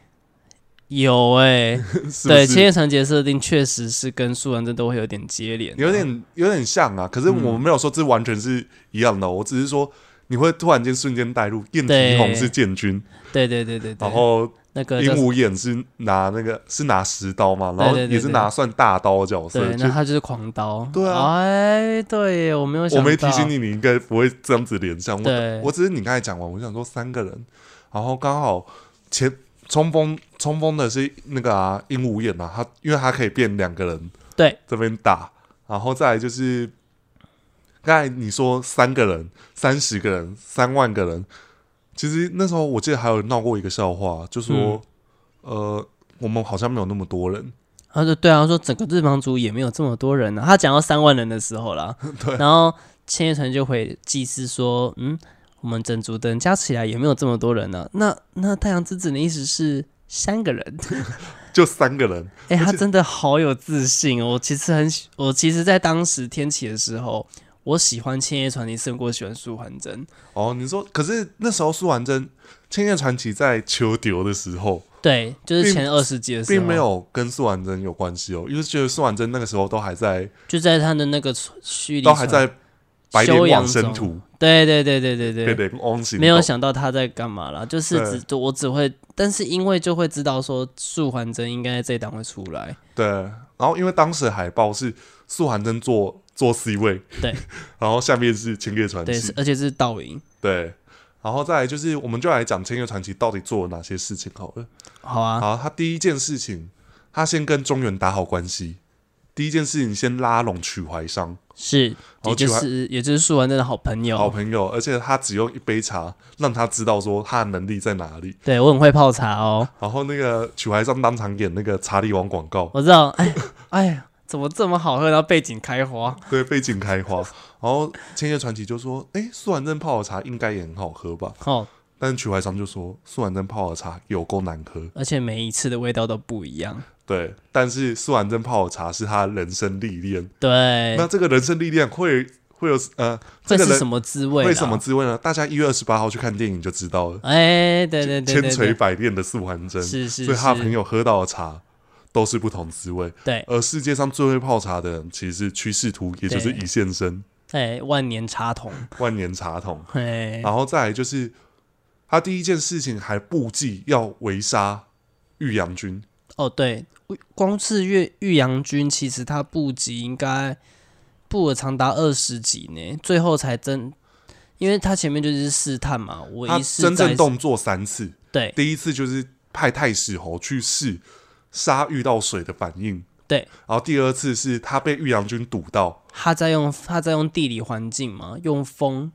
Speaker 2: 有哎、
Speaker 1: 是不
Speaker 2: 对，千
Speaker 1: 是？
Speaker 2: 叶长杰设定确实是跟素人真都会有点嗯接连啊，
Speaker 1: 有点有点像啊，可是我们没有说这完全是一样的哦，我只是说你会突然间瞬间带入，燕
Speaker 2: 对
Speaker 1: 提红是建军，
Speaker 2: 对对对对对，
Speaker 1: 然后
Speaker 2: 那个
Speaker 1: 鹦
Speaker 2: 叫
Speaker 1: 鹉眼是拿那个是拿石刀嘛，然后
Speaker 2: 对对对
Speaker 1: 也是
Speaker 2: 对
Speaker 1: 拿算大刀的角色，
Speaker 2: 对，
Speaker 1: 就
Speaker 2: 那他就是狂刀。
Speaker 1: 对啊
Speaker 2: 哎，对耶，我没有想
Speaker 1: 我
Speaker 2: 到，
Speaker 1: 没提醒你，你应该不会这样子联想。
Speaker 2: 对
Speaker 1: 我我只是你刚才讲完，我就想说三个人，然后刚好前冲锋冲锋的是那个啊鹦鹉眼嘛，他因为他可以变两个人，
Speaker 2: 对，
Speaker 1: 这边打，然后再来就是刚才你说三个人、三十个人、三万个人，其实那时候我记得还有闹过一个笑话，就说、
Speaker 2: 嗯
Speaker 1: 呃我们好像没有那么多人，
Speaker 2: 他说对啊，他说整个日方族也没有这么多人啊。他讲到三万人的时候 啦，
Speaker 1: 啊
Speaker 2: 对，然后千叶城就回祭司说，嗯，我们整族的人加起来也没有这么多人呢、那那太阳之子的意思是三 个人，
Speaker 1: 就三个人，
Speaker 2: 哎、他
Speaker 1: 而且
Speaker 2: 真的好有自信哦。我其实很喜，我其实在当时天启的时候，我喜欢千叶传奇胜过喜欢素还真。
Speaker 1: 哦，你说，可是那时候苏完真《千叶传奇》在求丢的时候，
Speaker 2: 对，就是啊
Speaker 1: 并
Speaker 2: 前二十集的时候，
Speaker 1: 并没有跟苏完真有关系哦，因为觉得苏完真那个时候都还在，
Speaker 2: 就在他的那个蓄力，
Speaker 1: 都还在白莲
Speaker 2: 修养
Speaker 1: 往生
Speaker 2: 中
Speaker 1: 途，
Speaker 2: 对对对对对
Speaker 1: 白
Speaker 2: 对，
Speaker 1: 莲往行
Speaker 2: 没有
Speaker 1: 动
Speaker 2: 想到他在干嘛啦，就是
Speaker 1: 对
Speaker 2: 只就我只会，但是因为就会知道说素还真应该这一档会出来，
Speaker 1: 对。然后因为当时海报是苏完真做做 C 位，
Speaker 2: 对，
Speaker 1: 然后下面是《千叶传奇
Speaker 2: 对，》是而且是倒影，
Speaker 1: 对，然后再来就是我们就来讲《千叶传奇》到底做了哪些事情好了。
Speaker 2: 好啊，
Speaker 1: 好，他第一件事情，他先跟中原打好关系，第一件事情先拉拢曲怀商。
Speaker 2: 是，
Speaker 1: 好
Speaker 2: 也就
Speaker 1: 喜欢
Speaker 2: 是也就是素还真的好朋
Speaker 1: 好
Speaker 2: 友，
Speaker 1: 朋友，而且他只用一杯茶让他知道说他的能力在哪里。
Speaker 2: 对我很会泡茶哦，
Speaker 1: 然后那个曲怀上当场演那个查理王广告，
Speaker 2: 我知道，哎哎呀，怎么这么好喝，然后背景开花，
Speaker 1: 对，背景开花。然后千叶传奇就说：“哎、苏完珍泡的茶应该也很好喝吧
Speaker 2: 哦，？”
Speaker 1: 但是曲怀商就说：“苏完珍泡的茶有够难喝。
Speaker 2: 而且每一次的味道都不一样，”
Speaker 1: 对，但是苏完珍泡的茶是他人生历练。
Speaker 2: 对，
Speaker 1: 那这个人生历练会会有呃，这
Speaker 2: 会
Speaker 1: 个
Speaker 2: 是
Speaker 1: 人
Speaker 2: 什么滋味？啊
Speaker 1: 会什么？滋味呢？大家一月二十八号去看电影就知道了。
Speaker 2: 哎，对对对
Speaker 1: 千
Speaker 2: 对
Speaker 1: 锤
Speaker 2: 对，
Speaker 1: 百炼的素还真，
Speaker 2: 是是
Speaker 1: 所以他的朋
Speaker 2: 是，
Speaker 1: 友喝到的茶都是不同滋味。
Speaker 2: 对，
Speaker 1: 而世界上最会泡茶的人，其实是趋势图，也就是
Speaker 2: 对
Speaker 1: 一线生、
Speaker 2: 哎，万年 茶桶，
Speaker 1: 万年茶桶。
Speaker 2: 哎，
Speaker 1: 然后再来就是，他第一件事情还布计要围杀玉阳君，
Speaker 2: 哦，对，光是岳玉阳君，其实他布局应该布了长达二十集呢，最后才真，因为他前面就是试探嘛，我
Speaker 1: 他
Speaker 2: 一试
Speaker 1: 真
Speaker 2: 再
Speaker 1: 正
Speaker 2: 试
Speaker 1: 动作三次。
Speaker 2: 对
Speaker 1: 第一次就是派太史侯去试杀遇到水的反应，
Speaker 2: 对，
Speaker 1: 然后第二次是他被玉阳君堵到，
Speaker 2: 他在用他在用地理环境嘛，用风，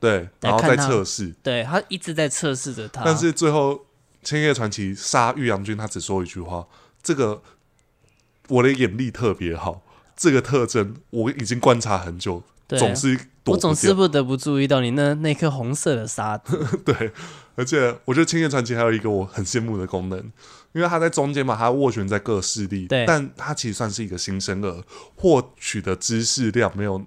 Speaker 1: 对，
Speaker 2: 来
Speaker 1: 然后
Speaker 2: 看
Speaker 1: 再
Speaker 2: 他
Speaker 1: 测试。
Speaker 2: 对他一直在测试着他，
Speaker 1: 但是最后《千叶传奇》杀玉阳君，他只说一句话：“这个我的眼力特别好，这个特征我已经观察很久，
Speaker 2: 对啊
Speaker 1: 总是躲
Speaker 2: 我
Speaker 1: 不
Speaker 2: 总是
Speaker 1: 掉。
Speaker 2: 不得不注意到你那那颗红色的沙子，”
Speaker 1: 对，而且我觉得《千叶传奇》还有一个我很羡慕的功能，因为他在中间嘛，他斡旋在各势力，
Speaker 2: 对
Speaker 1: 但他其实算是一个新生儿，获取的知识量没有。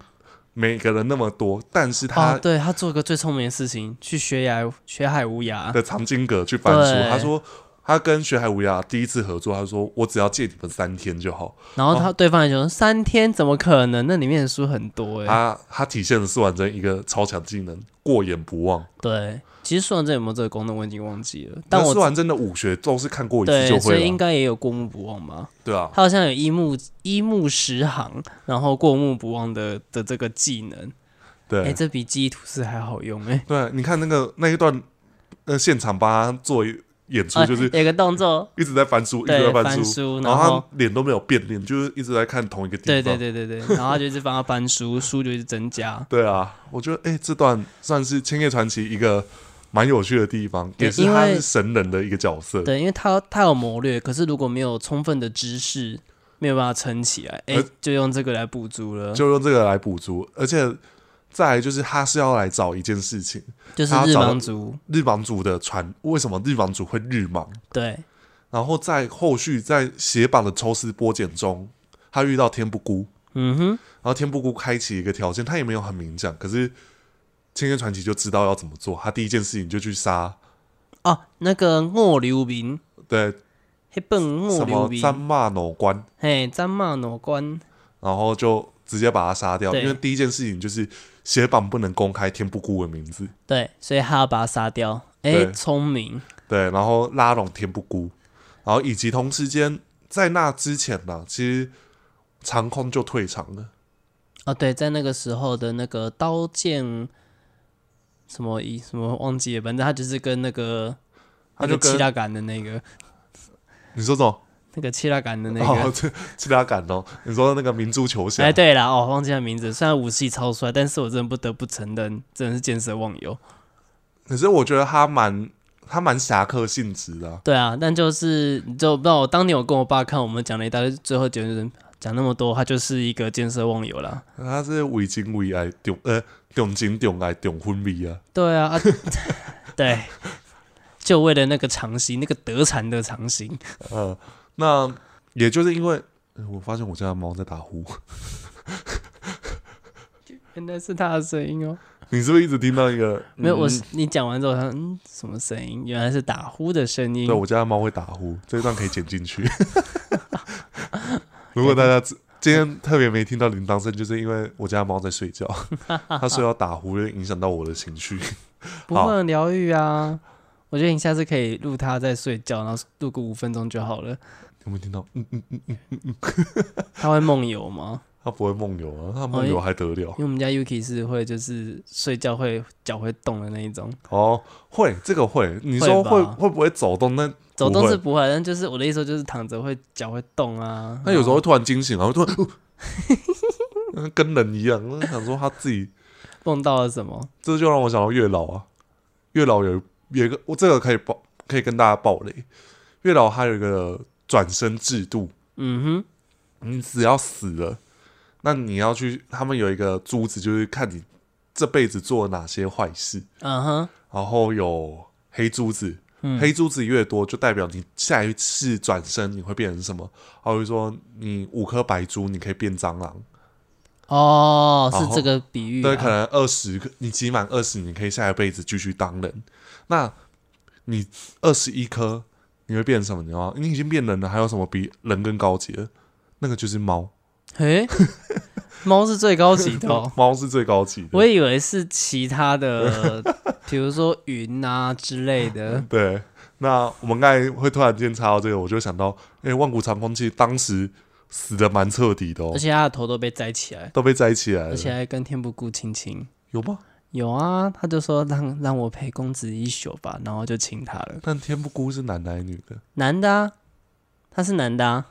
Speaker 1: 每个人那么多，但是他
Speaker 2: 哦，对他做个最聪明的事情，去学崖学海无涯，
Speaker 1: 的藏经阁去翻书，
Speaker 2: 对
Speaker 1: 他说。他跟雪海无涯第一次合作，他说我只要借你们三天就好。
Speaker 2: 然后
Speaker 1: 哦
Speaker 2: 他对方也觉得三天怎么可能？那里面的书很多哎、
Speaker 1: 他他体现了四万真一个超强技能过眼不忘。
Speaker 2: 对，其实说完这有没有这个功能我已经忘记了，但
Speaker 1: 但
Speaker 2: 我
Speaker 1: 四万真的武学都是看过一次
Speaker 2: 对，
Speaker 1: 就
Speaker 2: 所以
Speaker 1: 会
Speaker 2: 应
Speaker 1: 了，
Speaker 2: 该也有过目不忘吧？
Speaker 1: 对啊，
Speaker 2: 他好像有一目一目十行，然后过目不忘的的这个技能，哎、
Speaker 1: 对
Speaker 2: 这比记忆吐司还好用哎、
Speaker 1: 对，你看那个那一段，呃，现场帮他做一演出
Speaker 2: 啊
Speaker 1: 就是。
Speaker 2: 有个动作，
Speaker 1: 一直在翻书，一直
Speaker 2: 对
Speaker 1: 在
Speaker 2: 翻
Speaker 1: 书，
Speaker 2: 书
Speaker 1: 然
Speaker 2: 然后
Speaker 1: 后他脸都没有变脸，就是一直在看同一个 地
Speaker 2: 对
Speaker 1: 方。
Speaker 2: 对对对对，然后他就一直帮他搬书，书就一直增 加。
Speaker 1: 对啊，我觉得哎、诶这段算是《千叶传奇》一个蛮有趣的地方，
Speaker 2: 对
Speaker 1: 也是
Speaker 2: 因为
Speaker 1: 他是神人的一个角色。
Speaker 2: 对，因为他他有谋略，可是如果没有充分的知识，没有办法撑起来，哎、
Speaker 1: 而
Speaker 2: 就用这个来补足了，就
Speaker 1: 呃就用这个来补足，而且再来就是他是要来找一件事情，
Speaker 2: 是
Speaker 1: 他
Speaker 2: 日
Speaker 1: 找到
Speaker 2: 盲族，
Speaker 1: 日盲族的传为什么日盲族会日盲，
Speaker 2: 对
Speaker 1: 然后在后续在写榜的抽丝剥茧中，他遇到天不孤，
Speaker 2: 嗯哼，
Speaker 1: 然后天不孤开启一个条件，他也没有很明讲，可是千叶传奇就知道要怎么做，他第一件事情就去杀，
Speaker 2: 哦、那个莫流民，
Speaker 1: 对，
Speaker 2: 黑笨莫
Speaker 1: 什
Speaker 2: 流
Speaker 1: 么三
Speaker 2: 民，
Speaker 1: 骂脑官，
Speaker 2: 嘿，詹骂诺官，
Speaker 1: 然后就直接把他杀掉，
Speaker 2: 对
Speaker 1: 因为第一件事情就是写榜不能公开天不孤的名字，
Speaker 2: 对，所以他要把他杀掉，哎、
Speaker 1: 对
Speaker 2: 聪明，
Speaker 1: 对，然后拉拢天不孤，然后以及同时间在那之前呢、其实长空就退场 了，
Speaker 2: 哦，对，在那个时候的那个刀剑。什么一什么忘记了，反正他就是跟那个
Speaker 1: 他
Speaker 2: 那
Speaker 1: 就
Speaker 2: 个七
Speaker 1: 跟
Speaker 2: 大感的那个
Speaker 1: 你说什么？
Speaker 2: 那个七大感的那个
Speaker 1: 哦，这这他感哦，你说那个明珠球侠
Speaker 2: 哎，，对了，哦，忘记他名字。虽然武器超帅，但是我真的不得不承认，真的是见色忘友。
Speaker 1: 可是我觉得他蛮他蛮侠客性质的啊、
Speaker 2: 对啊，但就是你就不知道，我当年我跟我爸看，我们讲了一大堆，最后结论就是讲那么多，他就是一个见色忘友啦。
Speaker 1: 他是为情为爱重呃重情重爱重昏迷啊，
Speaker 2: 对啊， 啊对，就为了那个长兴，那个得产的长兴，
Speaker 1: 呃，那也就是因为、呃我发现我家的猫在打呼，
Speaker 2: 原来是他的声音哦。
Speaker 1: 你是不是一直听到一个
Speaker 2: 没有，我
Speaker 1: 嗯
Speaker 2: 是你讲完之后，我想嗯，什么声音？原来是打呼的声音
Speaker 1: 对，。我家的猫会打呼，这一段可以剪进 去。如果大家只今天特别没听到铃铛声，就是因为我家的猫在睡 觉，它睡到打呼，就影响到我的情绪。
Speaker 2: 不会很疗愈啊。我觉得你下次可以录他在睡觉，然后录个五分钟就好了。
Speaker 1: 有没有听到？嗯，
Speaker 2: 他会梦游吗？
Speaker 1: 它不会梦游啊，它梦
Speaker 2: 哎
Speaker 1: 游还得了
Speaker 2: 因？为我们家 Yuki 是会就是睡觉会脚会动的那一种，
Speaker 1: 哦，会，这个会。你说
Speaker 2: 吧
Speaker 1: 会会不会走动？那
Speaker 2: 走
Speaker 1: 不
Speaker 2: 动
Speaker 1: 会
Speaker 2: 是不会，但就是我的意思就是躺着会脚会动啊。
Speaker 1: 它有时候会突然惊醒，然后突然、呃跟人一样，我想说它自己，
Speaker 2: 梦到了什么？
Speaker 1: 这就让我想到月老啊。月老有有一个，我这个可以爆，可以跟大家爆雷。月老还有一个转身制度，
Speaker 2: 嗯
Speaker 1: 你只要死了，那你要去，他们有一个珠子，就是看你这辈子做了哪些坏事，
Speaker 2: 哼，嗯哼，
Speaker 1: 然后有黑珠子，
Speaker 2: 嗯
Speaker 1: 黑珠子越多，就代表你下一次转身你会变成什么？他会说你五颗白珠，你可以变蟑螂，
Speaker 2: 哦，
Speaker 1: 然
Speaker 2: 是
Speaker 1: 后
Speaker 2: 这个比喻、啊。
Speaker 1: 对，可能二十，你集满二十，你可以下一辈子继续当人。那你二十一颗，你会变成什么？你知道吗？你已经变人了，还有什么比人更高级的？那个就是猫，，
Speaker 2: 诶，猫是最高级的、哦
Speaker 1: 猫是最高级的。
Speaker 2: 我以为是其他的，比如说云啊之类的。
Speaker 1: 对，那我们刚才会突然间查到这个，我就想到，哎、万古长空其实当时死的蛮彻底的哦
Speaker 2: 而，且他的头都被摘起来，
Speaker 1: 都被摘起来
Speaker 2: 而
Speaker 1: 了，
Speaker 2: 且还跟天不顾亲亲。
Speaker 1: 有吗？
Speaker 2: 有啊，他就说让让我陪公子一宿吧，然后就亲他了。
Speaker 1: 但天不孤是男的还是女的？
Speaker 2: 男的啊，他是男的啊，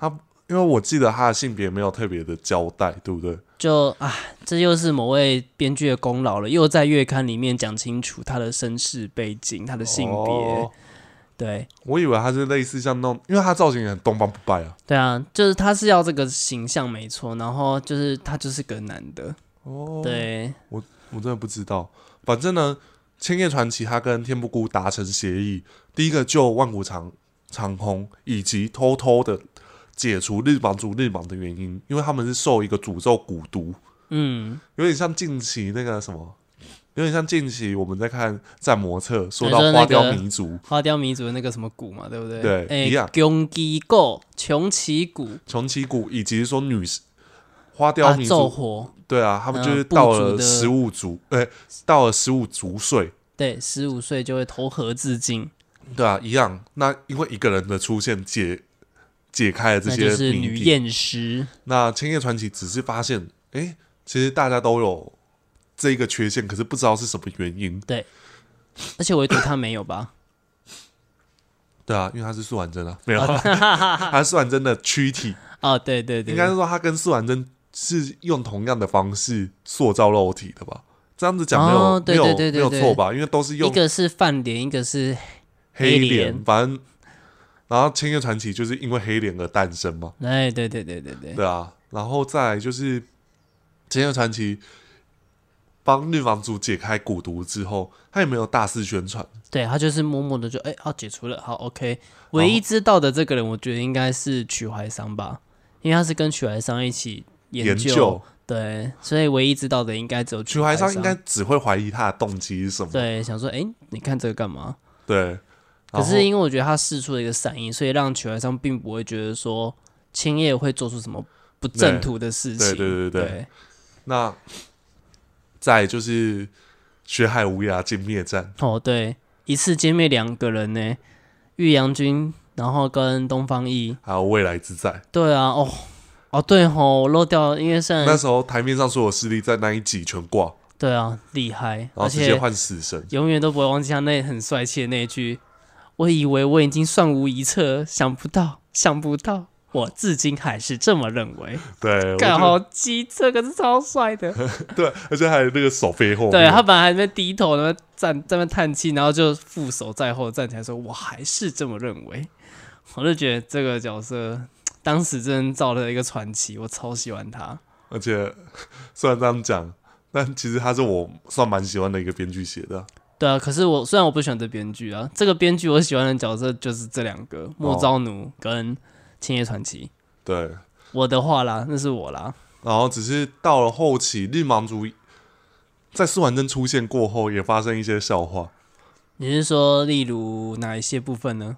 Speaker 1: 因为我记得他的性别没有特别的交代，对不对？
Speaker 2: 就啊，这又是某位编剧的功劳了，又在月刊里面讲清楚他的身世背景、他的性别。
Speaker 1: 哦
Speaker 2: 对
Speaker 1: 我以为他是类似像那种，因为他造型也很东方不败啊。
Speaker 2: 对啊，就是他是要这个形象没错，然后就是他就是个男的，
Speaker 1: 哦，，
Speaker 2: 对，
Speaker 1: 我真的不知道。反正呢，《千叶传奇》他跟天不孤达成协议，第一个救万古长长空，以及偷偷的解除日榜族日榜的原因，因为他们是受一个诅咒蛊毒，
Speaker 2: 嗯，
Speaker 1: 有点像近期那个什么有点像近期我们在看《战魔策》，说
Speaker 2: 你
Speaker 1: 到
Speaker 2: 说
Speaker 1: 花
Speaker 2: 那
Speaker 1: 雕
Speaker 2: 个
Speaker 1: 民族、
Speaker 2: 花雕民族的那个什么鼓嘛，对不对？
Speaker 1: 对一样
Speaker 2: 哎，穷奇构，穷奇鼓，
Speaker 1: 穷旗鼓，以及说女花雕
Speaker 2: 啊，
Speaker 1: 民
Speaker 2: 奏
Speaker 1: 族，
Speaker 2: 活，
Speaker 1: 对啊，他们就是
Speaker 2: 呃部
Speaker 1: 到
Speaker 2: 族
Speaker 1: 了
Speaker 2: 的
Speaker 1: 十五族，哎、到了十五族岁，
Speaker 2: 对，十五岁就会投河自尽，
Speaker 1: 对啊，一样。那因为一个人的出现解解开了这
Speaker 2: 那
Speaker 1: 些
Speaker 2: 就是
Speaker 1: 谜
Speaker 2: 女
Speaker 1: 底
Speaker 2: 验尸。
Speaker 1: 那《千叶传奇》只是发现，哎、其实大家都有这一个缺陷，可是不知道是什么原因。
Speaker 2: 而且唯独他没有吧？
Speaker 1: 对啊，因为他是素婉真啊，没有， 他是素婉真的躯体，
Speaker 2: 哦，对对对，
Speaker 1: 应该是说他跟素婉真是用同样的方式塑造肉体的吧？这样子讲没有、
Speaker 2: 哦对对对
Speaker 1: 没有没
Speaker 2: 对
Speaker 1: 有
Speaker 2: 对
Speaker 1: 错吧？因为都是
Speaker 2: 一
Speaker 1: 用
Speaker 2: 个是饭脸，一个是
Speaker 1: 黑
Speaker 2: 黑
Speaker 1: 脸，
Speaker 2: 脸
Speaker 1: 反正然后《千叶传奇》就是因为黑脸而诞生嘛。
Speaker 2: 哎，对对对对对，
Speaker 1: 对啊，然后再来就是《千叶传奇》帮日房组解开蛊毒之后，他也没有大肆宣传，
Speaker 2: 对他就是默默的就哎，好、解除了，好 OK。唯一知道的这个人，我觉得应该是曲怀商吧，因为他是跟曲怀商一起研
Speaker 1: 研究
Speaker 2: 对，所以唯一知道的应该只有曲
Speaker 1: 曲怀
Speaker 2: 商
Speaker 1: 商应该只会怀疑他的动机是什么。
Speaker 2: 对想说，哎，你看这个干嘛？
Speaker 1: 对，
Speaker 2: 可
Speaker 1: 然后
Speaker 2: 是因为我觉得他试出了一个善意，所以让曲怀商并不会觉得说青叶会做出什么不正途的事
Speaker 1: 对
Speaker 2: 情。
Speaker 1: 对对对
Speaker 2: 对
Speaker 1: 那再就是学海无涯歼灭战，
Speaker 2: 哦，对，一次歼灭两个人呢，玉阳君，然后跟东方毅。
Speaker 1: 还有未来之战。
Speaker 2: 对啊，哦，哦，对吼，我漏掉了，因为虽
Speaker 1: 那
Speaker 2: 然
Speaker 1: 时候台面上所有势力在那一集全挂，
Speaker 2: 对啊，厉害，
Speaker 1: 然后
Speaker 2: 而
Speaker 1: 哦直接
Speaker 2: 且
Speaker 1: 换死神。
Speaker 2: 永远都不会忘记他那很帅气的那一句：“我以为我已经算无一策，想不到，想不到。”我至今还是这么认为，
Speaker 1: 对，我
Speaker 2: 干
Speaker 1: 觉
Speaker 2: 好鸡，这个是超帅的。
Speaker 1: 得对，而且还有那个手背后面，
Speaker 2: 对他本来还在那边低头，那边站在那边叹气，然后就负手在后站起来说：“我还是这么认为。”我就觉得这个角色当时真的造了一个传奇，我超喜欢他。
Speaker 1: 而且 虽然这样讲，但其实他是我算蛮喜欢的一个编剧写的啊。
Speaker 2: 对啊，可是我虽然我不喜欢这编剧啊，这个编剧我喜欢的角色就是这两
Speaker 1: 哦
Speaker 2: 个莫昭奴跟千叶传奇。
Speaker 1: 对，
Speaker 2: 我的话啦，那是我啦，
Speaker 1: 然后只是到了后期，日盲族在苏完真出现过后，也发生一些笑话。
Speaker 2: 你是说例如哪一些部分呢？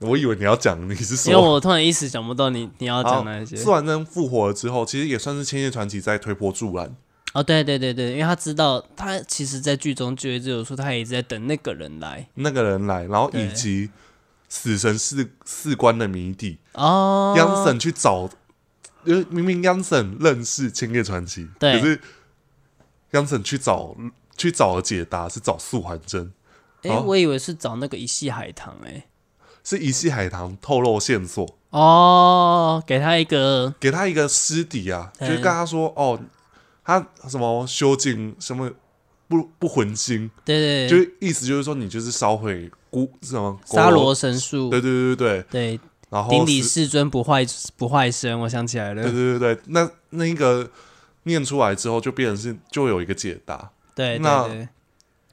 Speaker 1: 我以为你要讲你是
Speaker 2: 因为
Speaker 1: 说，
Speaker 2: 我突然一时想不到你你要
Speaker 1: 好
Speaker 2: 讲哪一些。
Speaker 1: 苏完真复活了之后，其实也算是千叶传奇在推波助澜。
Speaker 2: 哦，对对对对，因为他知道他其实，在剧中就一直有说他也一直在等那个人来
Speaker 1: 那个人来，然后
Speaker 2: 对
Speaker 1: 以及死神四四关的谜底，
Speaker 2: 哦。
Speaker 1: 央神去找，因为明明央神认识千叶传奇，可
Speaker 2: 对
Speaker 1: 是央神去找去找的解答是找素还真，
Speaker 2: 哎、
Speaker 1: 哦
Speaker 2: 我以为是找那个一系海棠哎、
Speaker 1: 是一系海棠透露线索，
Speaker 2: 哦，给他一个
Speaker 1: 给他一个师底啊，就是
Speaker 2: 对
Speaker 1: 跟他说哦，他什么修禁什么不不魂心，
Speaker 2: 对对
Speaker 1: 就
Speaker 2: 对
Speaker 1: 是意思就是说你就是烧毁孤什么
Speaker 2: 沙罗
Speaker 1: 罗，
Speaker 2: 神树，
Speaker 1: 对对对对，
Speaker 2: 对
Speaker 1: 然后
Speaker 2: 顶礼
Speaker 1: 死
Speaker 2: 世尊不坏不坏身，我想起来了
Speaker 1: 哦对，对对对，那那一个念出来之后，就变成是就有一个解答。
Speaker 2: 对对
Speaker 1: 那
Speaker 2: 对，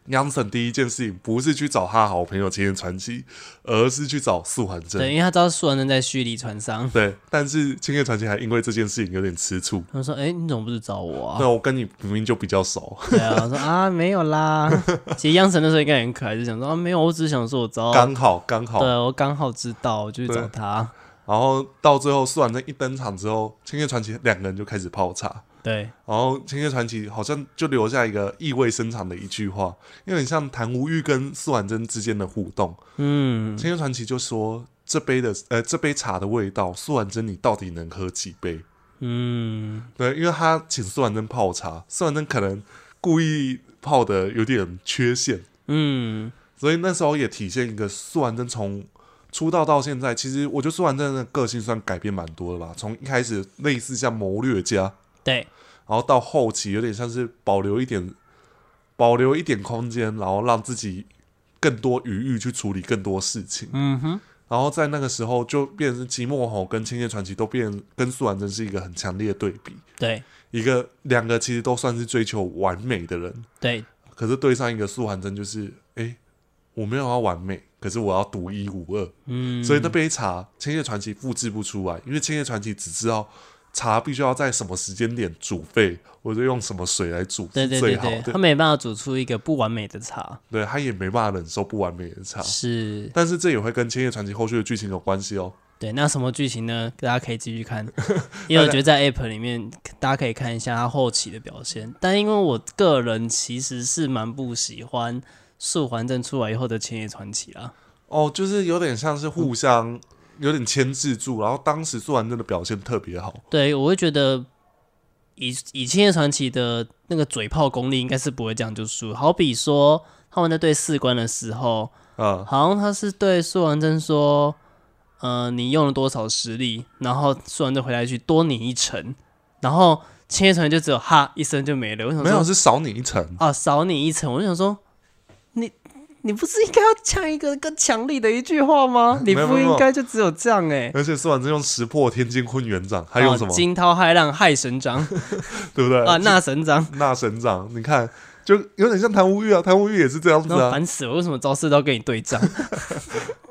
Speaker 1: 杨森第一件事情不是去找他好朋友千叶传奇，而是去找素还
Speaker 2: 对，
Speaker 1: 真。
Speaker 2: 因为他知道素人正在虚拟船上，
Speaker 1: 对，但是千叶传奇还因为这件事情有点吃醋。
Speaker 2: 他说：“哎、你怎么不是找我啊
Speaker 1: 那我跟你明明就比较熟，？”
Speaker 2: 对啊，我说啊，没 有啦。其实央神那时候应该很可爱，就想说啊，没有，我只是想说我知道，
Speaker 1: 刚好刚好。
Speaker 2: 哦对我刚好知道，我就去找
Speaker 1: 对
Speaker 2: 他。
Speaker 1: 然后到最后素还真一登场之后，千叶传奇两个人就开始泡茶。
Speaker 2: 对
Speaker 1: 然后千叶传奇好像就留下一个意味深长的一句话，有点像谭无欲跟素还真之间的互动。
Speaker 2: 嗯，
Speaker 1: 千叶传奇就说：“这杯的呃，这杯茶的味道，苏婉珍你到底能喝几杯？”
Speaker 2: 嗯，
Speaker 1: 对，因为他请苏婉珍泡茶，苏婉珍可能故意泡的有点缺陷，
Speaker 2: 嗯，
Speaker 1: 所以那时候也体现一个苏婉珍从出道到现在，其实我觉得苏婉珍的个性算改变蛮多的吧。从一开始类似像谋略家，
Speaker 2: 对，
Speaker 1: 然后到后期有点像是保留一点保留一点空间，然后让自己更多余裕去处理更多事情。
Speaker 2: 嗯哼，
Speaker 1: 然后在那个时候就变成是寂寞吼跟千叶传奇都变跟素婉真是一个很强烈的对比，
Speaker 2: 对
Speaker 1: 一个两个其实都算是追求完美的人，
Speaker 2: 对
Speaker 1: 可是对上一个素婉真就是，诶，我没有要完美，可是我要独一无二，
Speaker 2: 嗯，
Speaker 1: 所以那杯茶千叶传奇复制不出来，因为千叶传奇只知道茶必须要在什么时间点煮沸，或者用什么水来煮
Speaker 2: 对
Speaker 1: 是
Speaker 2: 对
Speaker 1: 最
Speaker 2: 对
Speaker 1: 好
Speaker 2: 对，
Speaker 1: 的。
Speaker 2: 他没办法煮出一个不完美的茶，
Speaker 1: 对他也没办法忍受不完美的茶，
Speaker 2: 是
Speaker 1: 但是这也会跟《千叶传奇》后续的剧情有关系哦。
Speaker 2: 对。那什么剧情呢？大家可以继续看，因为我觉得在 App 里面，大家可以看一下他后期的表现。但因为我个人其实是蛮不喜欢素环正出来以后的千叶传奇啦，
Speaker 1: 哦，就是有点像是互相有点牵制住，然后当时素完真的表现特别好，
Speaker 2: 对我会觉得以以千叶传奇的那个嘴炮功力，应该是不会这样就输。好比说他们在对士官的时候，
Speaker 1: 呃，
Speaker 2: 好像他是对苏完真说，呃，你用了多少实力？然后苏完真回来一句多你一成，然后千叶传就只有哈一声就没了。我想
Speaker 1: 没有
Speaker 2: 说
Speaker 1: 是少你一层。
Speaker 2: 啊，少你一成，我就想说你。你不是应该要讲一个更强力的一句话 吗？
Speaker 1: 没
Speaker 2: 你
Speaker 1: 有没
Speaker 2: 不
Speaker 1: 有
Speaker 2: 应该就只有这样哎、欸。
Speaker 1: 而且素完真用石破天惊混元掌，还用什么？
Speaker 2: 啊惊涛骇浪骇神掌
Speaker 1: 对不对？
Speaker 2: 啊，那神掌，
Speaker 1: 那神掌，你看，就有点像谭无欲啊，谭无欲也是这样子
Speaker 2: 然后
Speaker 1: 啊，
Speaker 2: 烦死了！为什么招式都要跟你对 仗？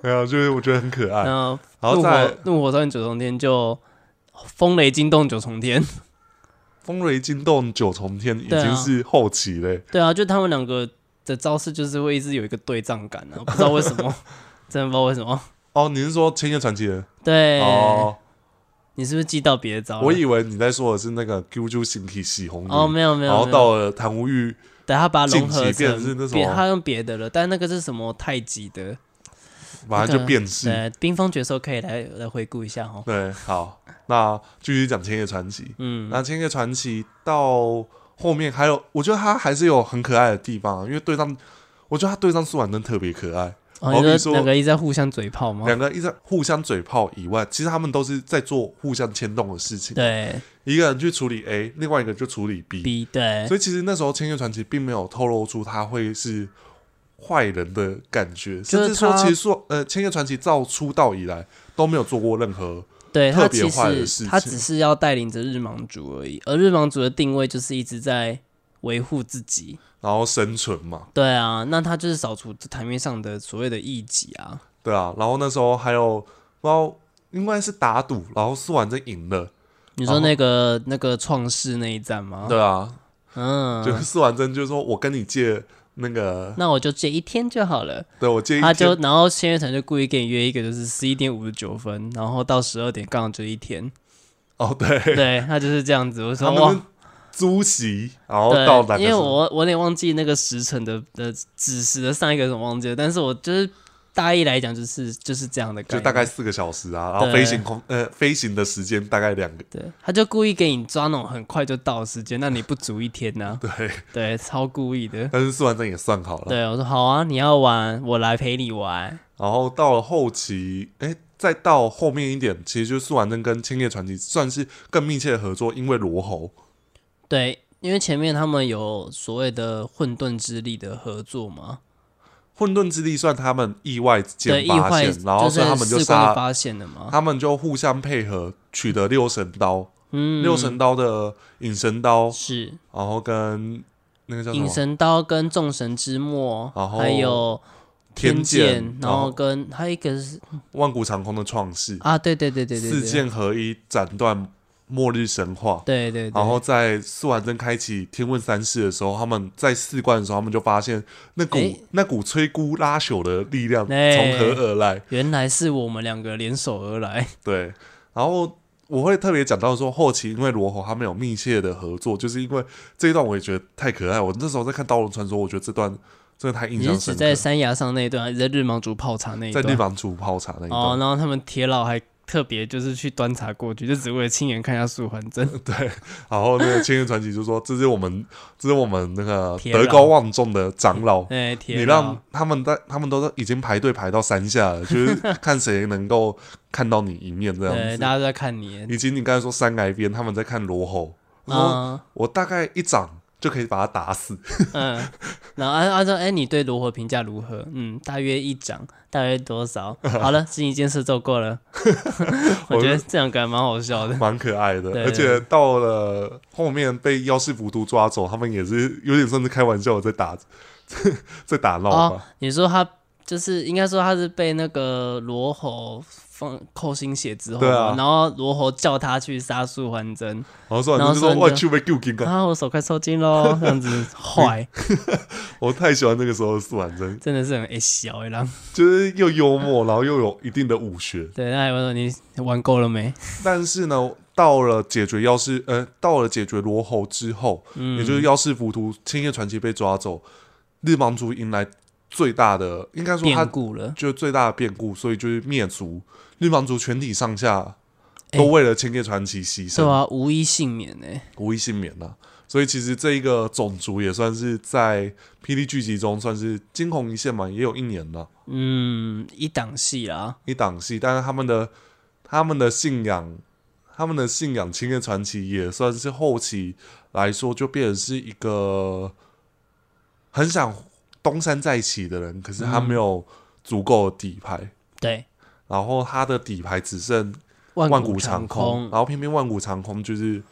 Speaker 1: 没有，哎就是我觉得很可爱。
Speaker 2: 然后
Speaker 1: 然后
Speaker 2: 嗯怒
Speaker 1: 再
Speaker 2: 火怒火烧尽九重天就风雷惊动九重天，
Speaker 1: 风雷惊动九重天已
Speaker 2: 对啊
Speaker 1: 经是后期嘞、
Speaker 2: 对啊，就他们两个的招式就是会一直有一个对仗感 啊，不知道为什么，真的不知道为什么。
Speaker 1: 哦，你是说《千叶传奇》的？
Speaker 2: 对，
Speaker 1: 哦，
Speaker 2: 你是不是记到别的招了？
Speaker 1: 我以为你在说的是那个 QQ 形体喜红女，
Speaker 2: 哦，没有没有，
Speaker 1: 然后
Speaker 2: 没有
Speaker 1: 到了谭无欲，
Speaker 2: 等他把它融合
Speaker 1: 近期变成是那
Speaker 2: 成
Speaker 1: 什么
Speaker 2: 别，他用别的了，但那个是什么太极的？
Speaker 1: 马上就变势。
Speaker 2: 对，啊冰封诀手可以来来回顾一下哦。
Speaker 1: 对，好，那继续讲《千叶传奇》。
Speaker 2: 嗯，
Speaker 1: 那《千叶传奇》到后面还有，我觉得它还是有很可爱的地方啊，因为对上，我觉得它对上苏婉真特别可爱。
Speaker 2: 哦，
Speaker 1: 好比说
Speaker 2: 你说两个一直在互相嘴炮吗？
Speaker 1: 两个一直在互相嘴炮以外，其实他们都是在做互相牵动的事情。
Speaker 2: 对
Speaker 1: 一个人去处理 A，另外一个就处理 B。
Speaker 2: ，B 对，
Speaker 1: 所以其实那时候《千叶传奇》并没有透露出他会是坏人的感觉，
Speaker 2: 就
Speaker 1: 甚至
Speaker 2: 是
Speaker 1: 说，
Speaker 2: 他
Speaker 1: 其实说呃，《千叶传奇》到出道以来都没有做过任何
Speaker 2: 对他
Speaker 1: 特别
Speaker 2: 其
Speaker 1: 坏的
Speaker 2: 实
Speaker 1: 事
Speaker 2: 他
Speaker 1: 情
Speaker 2: 只是要带领着日芒族而已，而日芒族的定位就是一直在维护自己，
Speaker 1: 然后生存嘛，
Speaker 2: 对啊，那他就是扫除台面上的所谓的异己啊。
Speaker 1: 对啊。然后那时候还有不知道应该是打赌，然后苏完真赢了，
Speaker 2: 你
Speaker 1: 然后
Speaker 2: 说那个那个创世那一战吗？
Speaker 1: 哦对啊，
Speaker 2: 嗯，
Speaker 1: 就是苏完真就说我跟你借那个，
Speaker 2: 那我就借一天就好了。
Speaker 1: 对我借一
Speaker 2: 他
Speaker 1: 天
Speaker 2: 就然后仙月城就故意给你约一个，就是十一点五十九分，然后到十二点刚好就一天。
Speaker 1: 哦，对，
Speaker 2: 对他就是这样子，我
Speaker 1: 他
Speaker 2: 说
Speaker 1: 们是
Speaker 2: 哇。
Speaker 1: 租席，然后到哪
Speaker 2: 对，
Speaker 1: 个
Speaker 2: 因为
Speaker 1: 什么
Speaker 2: 我我有点忘记那个时辰的的子时的上一个什么忘记了，但是我就是大意来讲就是就是这样的概
Speaker 1: 就
Speaker 2: 念，
Speaker 1: 大概四个小时啊，然后
Speaker 2: 对
Speaker 1: 飞行空呃飞行的时间大概两个，
Speaker 2: 对，他就故意给你抓那种很快就到的时间，那你不足一天呢、
Speaker 1: 对，
Speaker 2: 对，超故意的。
Speaker 1: 但是四完整也算好了。
Speaker 2: 对，我说好啊，你要玩，我来陪你玩。
Speaker 1: 然后到了后期，哎、再到后面一点，其实就是素完真跟千叶传奇算是更密切的合作，因为罗喉，
Speaker 2: 对，因为前面他们有所谓的混沌之力的合作嘛，
Speaker 1: 混沌之力算他们意外
Speaker 2: 对，
Speaker 1: 间
Speaker 2: 意
Speaker 1: 发
Speaker 2: 外
Speaker 1: 现，然后
Speaker 2: 是
Speaker 1: 所以他们就
Speaker 2: 士官
Speaker 1: 杀，
Speaker 2: 就发现了嘛。
Speaker 1: 他们就互相配合取得六神刀，
Speaker 2: 嗯，
Speaker 1: 六神刀的隐神刀，
Speaker 2: 是
Speaker 1: 然后跟那个叫什
Speaker 2: 隐
Speaker 1: 么
Speaker 2: 神刀跟众神之墨
Speaker 1: 然，后
Speaker 2: 还有
Speaker 1: 天
Speaker 2: 剑，然
Speaker 1: 然
Speaker 2: 后
Speaker 1: 后
Speaker 2: 跟还有一个是
Speaker 1: 万古长空的创世，
Speaker 2: 啊，对对对对对，
Speaker 1: 四
Speaker 2: 对，
Speaker 1: 剑合一斩断末日神话。
Speaker 2: 对对对，
Speaker 1: 然后在苏完真开启天问三世的时候，他们在四关的时候，他们就发现那股、
Speaker 2: 诶
Speaker 1: 那股摧枯拉朽的力量从
Speaker 2: 诶
Speaker 1: 何而来？
Speaker 2: 原来是我们两个联手而来。
Speaker 1: 对，然后我会特别讲到说，后期因为罗喉他们有密切的合作，就是因为这一段我也觉得太可爱。我那时候在看《刀龙传说》，我觉得这段真的太印
Speaker 2: 你是
Speaker 1: 象
Speaker 2: 指
Speaker 1: 深
Speaker 2: 在
Speaker 1: 刻。
Speaker 2: 山崖上那一段，还是在日芒族泡茶那一
Speaker 1: 在
Speaker 2: 段？
Speaker 1: 地方煮泡茶那一
Speaker 2: 哦
Speaker 1: 段，，
Speaker 2: 然后他们铁老还特别就是去端茶过去，就只为了亲眼看一下素还 真。
Speaker 1: 然后那个千叶传奇就说：“这是我们，这是我们那个
Speaker 2: 铁
Speaker 1: 德
Speaker 2: 老
Speaker 1: 高望重的长老，
Speaker 2: 哎，铁
Speaker 1: 你
Speaker 2: 老
Speaker 1: 让他们在，他们都已经排队排到山下了， 就是看谁能够看到你一面这
Speaker 2: 对
Speaker 1: 样
Speaker 2: 大
Speaker 1: 子。
Speaker 2: 家都在看你
Speaker 1: 以及你刚才说山崖边，他们在看罗喉，我说、
Speaker 2: 啊，
Speaker 1: 我大概一掌就可以把他打死，
Speaker 2: 嗯，然后按按照哎，你对罗火评价如何？嗯，大约一掌，大约多少？好了，心理建设做 过了。我觉得这两个还蛮好笑的。
Speaker 1: 蛮可爱的。
Speaker 2: 对
Speaker 1: 而且到了后面被妖氏浮屠抓 走，他们也是有点算是开玩笑的在打，在打闹吧。
Speaker 2: 哦，你说他就是应该说他是被那个罗侯放扣心血之后
Speaker 1: 对
Speaker 2: 嘛，
Speaker 1: 啊
Speaker 2: 然后罗侯叫他去杀素还真，
Speaker 1: 然后说完
Speaker 2: 然后
Speaker 1: 就说
Speaker 2: 说
Speaker 1: 哇，
Speaker 2: 你
Speaker 1: 就被救金啊！
Speaker 2: 然后我手快抽 筋喽，这样子坏，
Speaker 1: 我太喜欢那个时候的苏婉珍，
Speaker 2: 真的是很哎小哎狼。
Speaker 1: 就是又幽默，然后又有一定的武学。
Speaker 2: 对，那我说你玩够了没？
Speaker 1: 但是呢，到了解决妖师，呃，到了解决罗侯之后，
Speaker 2: 嗯，
Speaker 1: 也就是妖师浮屠、千叶传奇被抓走，日芒族迎来最大的，应该说他
Speaker 2: 变故了。
Speaker 1: 就是最大的变故，所以就是灭族，日芒族全体上下都为了千叶传奇牺
Speaker 2: 对
Speaker 1: 牲，
Speaker 2: 啊，无一幸免哎、
Speaker 1: 无一幸免呐、所以其实这一个种族也算是在霹雳剧集中算是惊鸿一现嘛，也有一年了，
Speaker 2: 嗯，一档戏啦，
Speaker 1: 一档戏，但是他们的他们的信仰。他们的信仰《千叶传奇》也算是后期来说，就变成是一个很想东山再起的人，可是他没有足够的底牌，
Speaker 2: 对，
Speaker 1: 然后他的底牌只剩
Speaker 2: 万
Speaker 1: 万
Speaker 2: 古
Speaker 1: 古长空，
Speaker 2: 空
Speaker 1: 然，后偏偏万古长空就是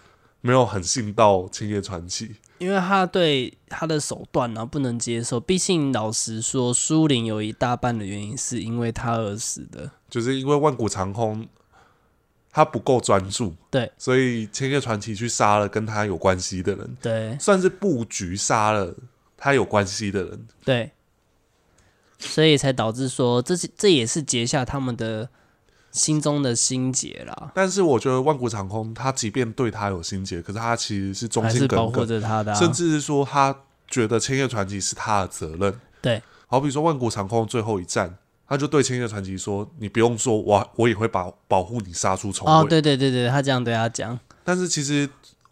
Speaker 1: 没有很信到青叶传奇，
Speaker 2: 因为他对他的手段呢、不能接受，毕竟老实说，苏林有一大半的原因是因为他而死的。
Speaker 1: 就是因为万古长空他不够专注，
Speaker 2: 对，
Speaker 1: 所以千叶传奇去杀了跟他有关系的人，
Speaker 2: 对
Speaker 1: 算是布局杀了他有关系的人，
Speaker 2: 对，所以才导致说，这是这也是结下他们的心中的心结啦，
Speaker 1: 但是我觉得万古长空他即便对他有心结，可是他其实是忠
Speaker 2: 还
Speaker 1: 心
Speaker 2: 是保
Speaker 1: 耿
Speaker 2: 护
Speaker 1: 耿，
Speaker 2: 着他的、啊，
Speaker 1: 甚至是说他觉得千叶传奇是他的责任，
Speaker 2: 对
Speaker 1: 好比说万古长空最后一战，他就对千叶传奇说：“你不用说，我我也会把保护你杀出重围。
Speaker 2: 哦，对对对对，他这样对他讲，
Speaker 1: 但是其实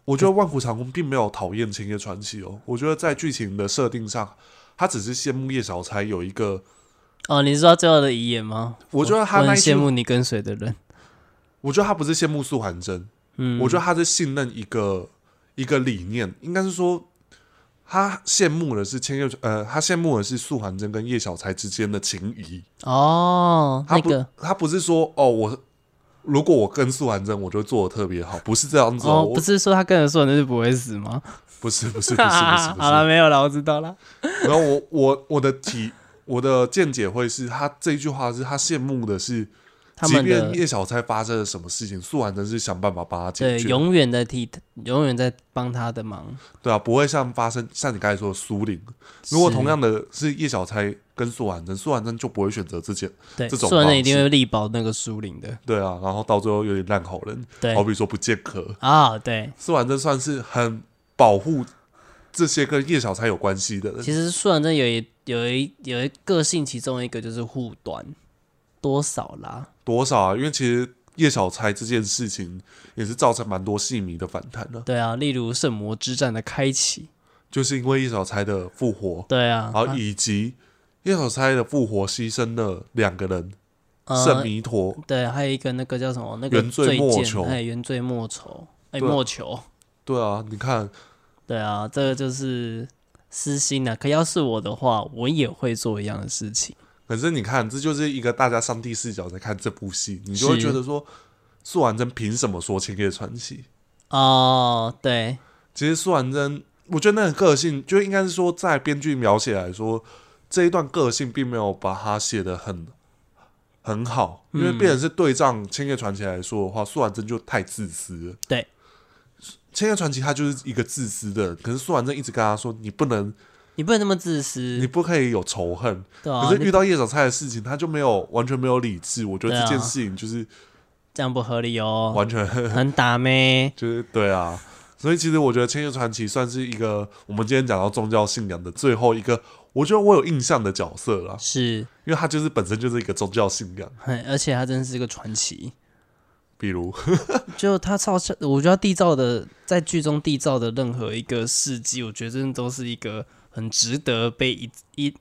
Speaker 1: 我觉得万古长空并没有讨厌千叶传奇哦，我觉得在剧情的设定上，他只是羡慕叶小钗有一个，
Speaker 2: 哦，你知道最后的遗言吗？
Speaker 1: 我觉得他
Speaker 2: 我
Speaker 1: 那
Speaker 2: 哦很
Speaker 1: 一
Speaker 2: 羡
Speaker 1: 幕，
Speaker 2: 慕你跟随的人，
Speaker 1: 我觉得他不是羡慕素还真，
Speaker 2: 嗯，
Speaker 1: 我觉得他是信任一个一个理念，应该是说。他羡慕的是千叶，呃，他羡慕的是素还真跟叶小钗之间的情谊。
Speaker 2: 哦，
Speaker 1: 他
Speaker 2: 那
Speaker 1: 不，
Speaker 2: 个
Speaker 1: 他不是说哦，我如果我跟素还真，我就会做的特别好，不是这样子
Speaker 2: 哦，
Speaker 1: 我
Speaker 2: 不是说他跟人说人就不会死吗？
Speaker 1: 不是，不是，不是，不 是，不
Speaker 2: 好了，
Speaker 1: 是。
Speaker 2: 没有了，我知道了。
Speaker 1: 然后我我我的体我的见解会是，他这句话是他羡慕的是，
Speaker 2: 他
Speaker 1: 即
Speaker 2: 们的
Speaker 1: 便叶小钗发生了什么事情，素还真是想办法帮他解
Speaker 2: 对
Speaker 1: 决，
Speaker 2: 永远的替，永远在帮他的忙。
Speaker 1: 对啊，不会像发生像你刚才说的苏玲，如果同样的是叶小钗跟素还真，素还真就不会选择自己，
Speaker 2: 对，
Speaker 1: 这种
Speaker 2: 素人
Speaker 1: 方
Speaker 2: 一定
Speaker 1: 式
Speaker 2: 会力保那个苏林的。
Speaker 1: 对啊，然后到最后有点烂好人，
Speaker 2: 对
Speaker 1: 好比哦说不见壳，
Speaker 2: 啊、对，
Speaker 1: 苏婉珍算是很保护这些跟叶小钗有关系的人，
Speaker 2: 其实素人真有一有一有一个性，其中一个就是护短，多少啦？
Speaker 1: 多少啊？因为其实叶小钗这件事情也是造成蛮多戏迷的反弹的、
Speaker 2: 对啊，例如圣魔之战的开启，
Speaker 1: 就是因为叶小钗的复活，
Speaker 2: 对啊，
Speaker 1: 然后以及叶小钗的复活牺牲了两个人，
Speaker 2: 呃
Speaker 1: 圣弥陀。
Speaker 2: 对，还有一个那个叫什么那个
Speaker 1: 原罪莫
Speaker 2: 剑
Speaker 1: 求
Speaker 2: 哎，原罪莫愁，哎，
Speaker 1: 对啊
Speaker 2: 莫求。
Speaker 1: 对啊，你看，
Speaker 2: 对啊，这个就是私心啊。可要是我的话，我也会做一样的事情。
Speaker 1: 可是你看，这就是一个大家上帝视角在看这部戏，你就会
Speaker 2: 是
Speaker 1: 觉得说，素婉珍凭什么说《千叶传奇》？
Speaker 2: 哦，对，
Speaker 1: 其实苏婉珍，我觉得那个个性，就应该是说，在编剧描写来说，这一段个性并没有把它写得很很好，
Speaker 2: 嗯
Speaker 1: 因为变成是对仗《千叶传奇》来说的话，苏婉珍就太自私了。
Speaker 2: 对，
Speaker 1: 《千叶传奇》他就是一个自私的人，可是苏婉珍一直跟他说，你不能，
Speaker 2: 你不能那么自
Speaker 1: 你
Speaker 2: 私，
Speaker 1: 不可以有仇恨。
Speaker 2: 对啊
Speaker 1: 可，是
Speaker 2: 你
Speaker 1: 遇到叶小钗的事情，他就没有完全没有理智。我觉得
Speaker 2: 对
Speaker 1: 这
Speaker 2: 啊
Speaker 1: 件事情就是
Speaker 2: 这样不合理哦，
Speaker 1: 完全
Speaker 2: 很打咩？
Speaker 1: 就是对啊，所以其实我觉得《千叶传奇》算是一个我们今天讲到宗教信仰的最后一个，我觉得我有印象的角色啦，
Speaker 2: 是，
Speaker 1: 因为它就是本身就是一个宗教信仰，
Speaker 2: 嘿而且他真是个传奇。
Speaker 1: 比如
Speaker 2: 就他造下，我觉得他缔造的在剧中缔造的任何一个事迹，我觉得真的都是一个很值得被一一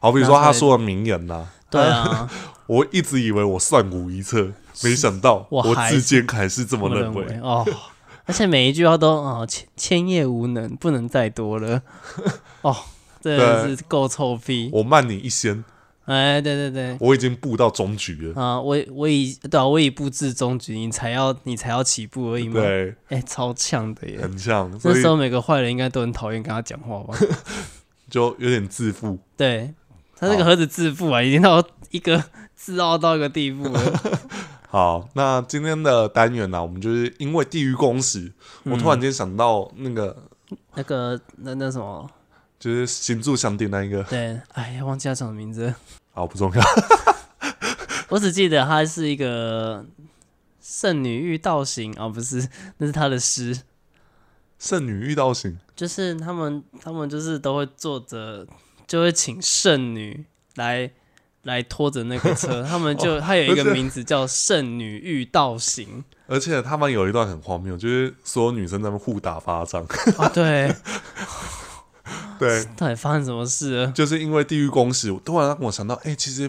Speaker 1: 好比说他说的名言啦，
Speaker 2: 对 啊，
Speaker 1: 我一直以为我算无一策，没想到
Speaker 2: 我
Speaker 1: 我
Speaker 2: 还
Speaker 1: 至今还是这
Speaker 2: 我
Speaker 1: 么
Speaker 2: 认
Speaker 1: 认
Speaker 2: 为
Speaker 1: 为。
Speaker 2: 哦。 而且每一句话都哦，千千叶无能，不能再多了。 哦，真的是够臭屁。
Speaker 1: 我慢你一仙，
Speaker 2: 哎，对对对，
Speaker 1: 我已经步到终局了。
Speaker 2: 啊、我我以对啊，我以步至终局，你才要你才要起步而已嘛。
Speaker 1: 对，
Speaker 2: 哎，超呛的耶！
Speaker 1: 很像，所
Speaker 2: 那
Speaker 1: 以
Speaker 2: 时候每个坏人应该都很讨厌跟他讲话吧？
Speaker 1: 就有点自负。
Speaker 2: 对，他那个盒子自负啊，已经到一个自傲到一个地步了。
Speaker 1: 好，那今天的单元呢、我们就是因为地狱公使，我突然间想到那个
Speaker 2: 那个那那什么，
Speaker 1: 就是行住相定那一个，
Speaker 2: 对，哎呀，忘记他什么名字了，
Speaker 1: 好不重要。
Speaker 2: 我只记得他是一个圣女遇道行啊，不是， 那是他的诗，
Speaker 1: 圣女遇到行，
Speaker 2: 就是他们他们就是都会坐着，就会请圣女来。来拖着那个 车，他们就他有一
Speaker 1: 不
Speaker 2: 个
Speaker 1: 是
Speaker 2: 名字叫“圣女遇道行
Speaker 1: 而且他们有一段很荒谬，就是所有女生在那边互打巴掌，”
Speaker 2: 啊， 对，
Speaker 1: 对，
Speaker 2: 到底发生什么事了？
Speaker 1: 就是因为地狱公使，突然让我想到，哎、其实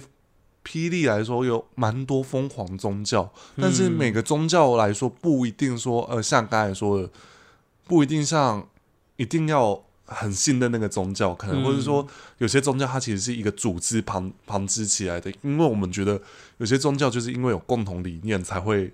Speaker 1: 霹雳来说有蛮多疯狂宗教，但是每个宗教来说不一定说，呃，像刚才说的，不一定像一定要很信任那个宗教，可能
Speaker 2: 嗯
Speaker 1: 或者说有些宗教它其实是一个组织旁旁支起来的，因为我们觉得有些宗教就是因为有共同理念才会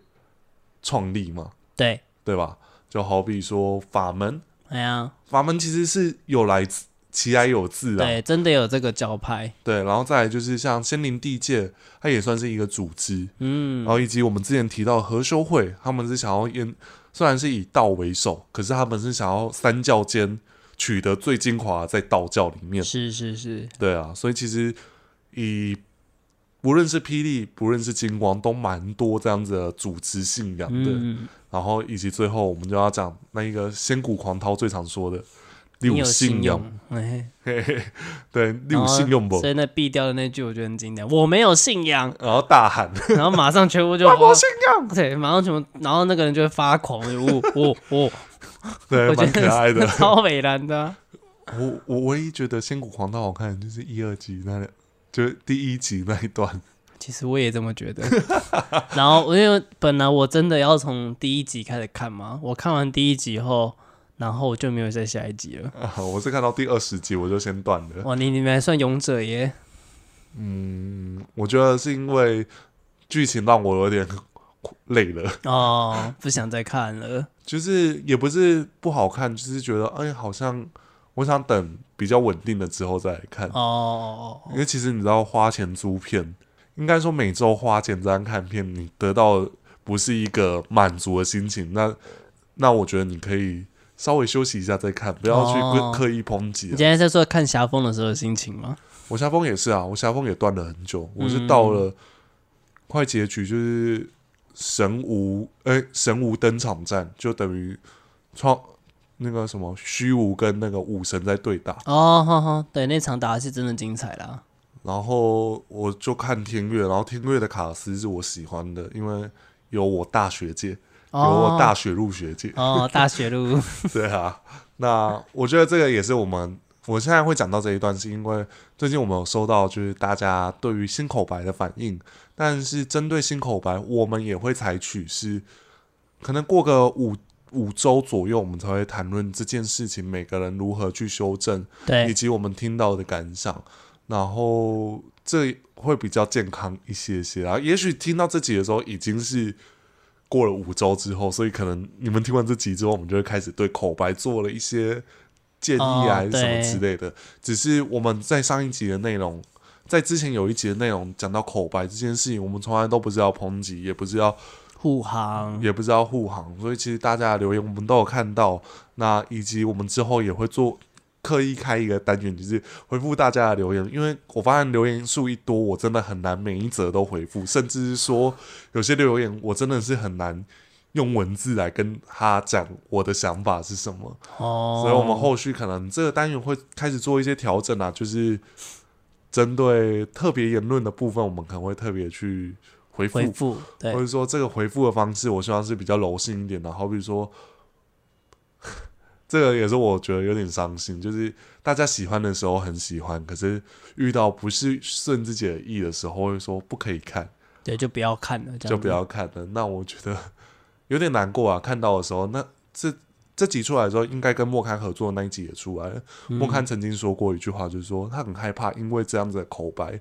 Speaker 1: 创立嘛，
Speaker 2: 对，
Speaker 1: 对吧？就好比说法门，
Speaker 2: 哎呀，
Speaker 1: 法门其实是有来自其来有自啊，
Speaker 2: 对，真的有这个教派，
Speaker 1: 对，然后再来就是像仙灵地界，它也算是一个组织，
Speaker 2: 嗯
Speaker 1: 然，后以及我们之前提到和修会，他们是想要研，虽然是以道为首，可是他们是想要三教间取得最精华在道教里面。
Speaker 2: 是是是，
Speaker 1: 对啊，所以其实以不论是霹雳，不论是金光，都蛮多这样子的组织信仰的。
Speaker 2: 嗯，
Speaker 1: 然后以及最后我们就要讲那一个仙谷狂涛最常说的
Speaker 2: 你
Speaker 1: 六
Speaker 2: 有
Speaker 1: 信仰，
Speaker 2: 用，哎，
Speaker 1: 嘿嘿， 对
Speaker 2: 然
Speaker 1: 六
Speaker 2: 后
Speaker 1: 信用不
Speaker 2: 所？以那毙掉的那句我觉得很经典，我没有信仰，
Speaker 1: 然后大喊。
Speaker 2: 然后马上全部就 哦
Speaker 1: 我信仰，
Speaker 2: 对，马上全部，然后那个人就哦会发狂，我我 我，
Speaker 1: 对，
Speaker 2: 我觉
Speaker 1: 蛮可爱的
Speaker 2: 得。超美然的啊，
Speaker 1: 我我唯一觉得《仙谷狂道》好看的就是一二集那两，就是第一集那一段。
Speaker 2: 其实我也这么觉得。 然后因为本来我真的要从第一集开始看嘛，我看完第一集后，然后我就没有再下一集了。
Speaker 1: 啊、我是看到第二十集我就先断了。
Speaker 2: 哇，你你们还算勇者耶！
Speaker 1: 嗯，我觉得是因为剧情让我有点 累了，
Speaker 2: 哦，不想再看了。
Speaker 1: 就是也不是不好看，就是觉得哎，好像我想等比较稳定的之后再来看。
Speaker 2: 哦，
Speaker 1: 因为其实你知道，花钱租片，应该说每周花钱这样看片，你得到不是一个满足的心情。那那我觉得你可以稍微休息一下再看，不要去
Speaker 2: 哦
Speaker 1: 刻刻意抨击
Speaker 2: 你
Speaker 1: 啊、
Speaker 2: 今天在说看《侠风》的时候的心情吗？
Speaker 1: 我下风也是啊，我下风也断了很久，
Speaker 2: 嗯
Speaker 1: 我是到了快结局，就是神无哎、神无登场战，就等于创那个什么虚无跟那个武神在对打，
Speaker 2: 哦，好好，对，那场打的是真的精彩啦。
Speaker 1: 然后我就看天乐，然后天乐的卡斯是我喜欢的，因为有我大学姐，有我
Speaker 2: 哦，
Speaker 1: 大学入学姐，
Speaker 2: 哦，大学路，
Speaker 1: 对啊。那我觉得这个也是我们，我现在会讲到这一段，是因为最近我们有收到就是大家对于新口白的反应，但是针对新口白，我们也会采取是可能过个五五周左右，我们才会谈论这件事情，每个人如何去修正，以
Speaker 2: 对，
Speaker 1: 及我们听到的感想，然后这会比较健康一些些啊。也许听到这集的时候已经是过了五周之后，所以可能你们听完这集之后，我们就会开始对口白做了一些建议啊，
Speaker 2: 哦
Speaker 1: 还是什么
Speaker 2: 对
Speaker 1: 之类的。只是我们在上一集的内容。在之前有一集的内容讲到口白这件事情，我们从来都不是要抨击，也不是要
Speaker 2: 护航，
Speaker 1: 也不知道护航，所以其实大家的留言我们都有看到，那以及我们之后也会做刻意开一个单元，就是回复大家的留言，因为我发现留言数一多，我真的很难每一则都回复，甚至是说有些留言我真的是很难。用文字来跟他讲我的想法是什么，
Speaker 2: 哦，
Speaker 1: 所以我们后续可能这个单元会开始做一些调整啊，就是针对特别言论的部分，我们可能会特别去回复
Speaker 2: 回复，对
Speaker 1: 或，者说这个回复的方式，我希望是比较柔性一点的。好比说， 这个也是我觉得有点伤心，就是大家喜欢的时候很喜欢，可是遇到不是顺自己的意的时候，会说不可以看，
Speaker 2: 对，就不要看了，这样
Speaker 1: 就不
Speaker 2: 子，
Speaker 1: 要看了。那我觉得有点难过啊。看到的时候，那这这集出来的时候，应该跟莫刊合作的那一集也出来了。莫刊曾经说过一句话，就是说他很害怕，因为这样子的口白，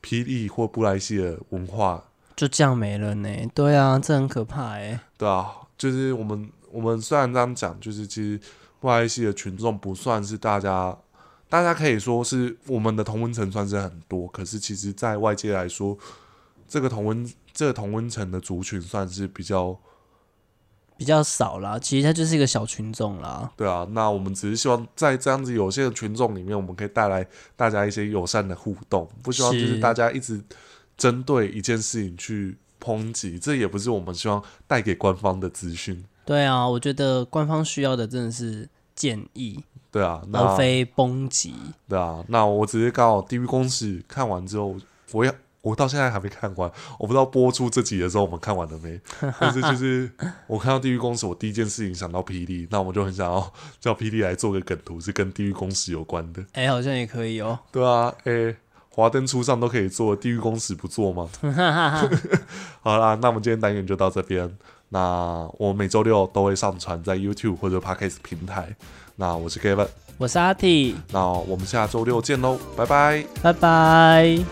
Speaker 1: 霹雳或布莱希的文化
Speaker 2: 就这样没了呢。对啊，这很可怕哎。
Speaker 1: 对啊，就是我们我们虽然这样讲，就是其实外系的群众不算是大家，大家可以说是我们的同温层算是很多，可是其实在外界来说，这个同温这个同温层的族群算是比较
Speaker 2: 比较少啦，其实它就是一个小群众啦。
Speaker 1: 对啊。那我们只是希望在这样子有限的群众里面，我们可以带来大家一些友善的互动，不希望就是
Speaker 2: 是
Speaker 1: 大家一直针对一件事情去抨击，这也不是我们希望带给官方的资讯。
Speaker 2: 对啊，我觉得官方需要的真的是建议，
Speaker 1: 对啊，那
Speaker 2: 而哦非抨击。
Speaker 1: 对啊，那我只是刚好《地狱公使》看完之后，我也我到现在还没看完，我不知道播出这集的时候我们看完了 没。但是就是我看到《地狱公使》，我第一件事情想到霹雳，那我就很想要 叫霹雳来做个梗图，是跟《地狱公使》有关的。
Speaker 2: 哎、好像也可以哦、
Speaker 1: 对啊，诶、华灯初上都可以做，《地狱公使》不做 吗？好啦，那我们今天单元就到这边。那我每周六都会上传在 YouTube 或者 Podcast 平台。那我是 Kevin，
Speaker 2: 我是阿 T，
Speaker 1: 那我们下周六见喽，拜拜。
Speaker 2: 拜拜。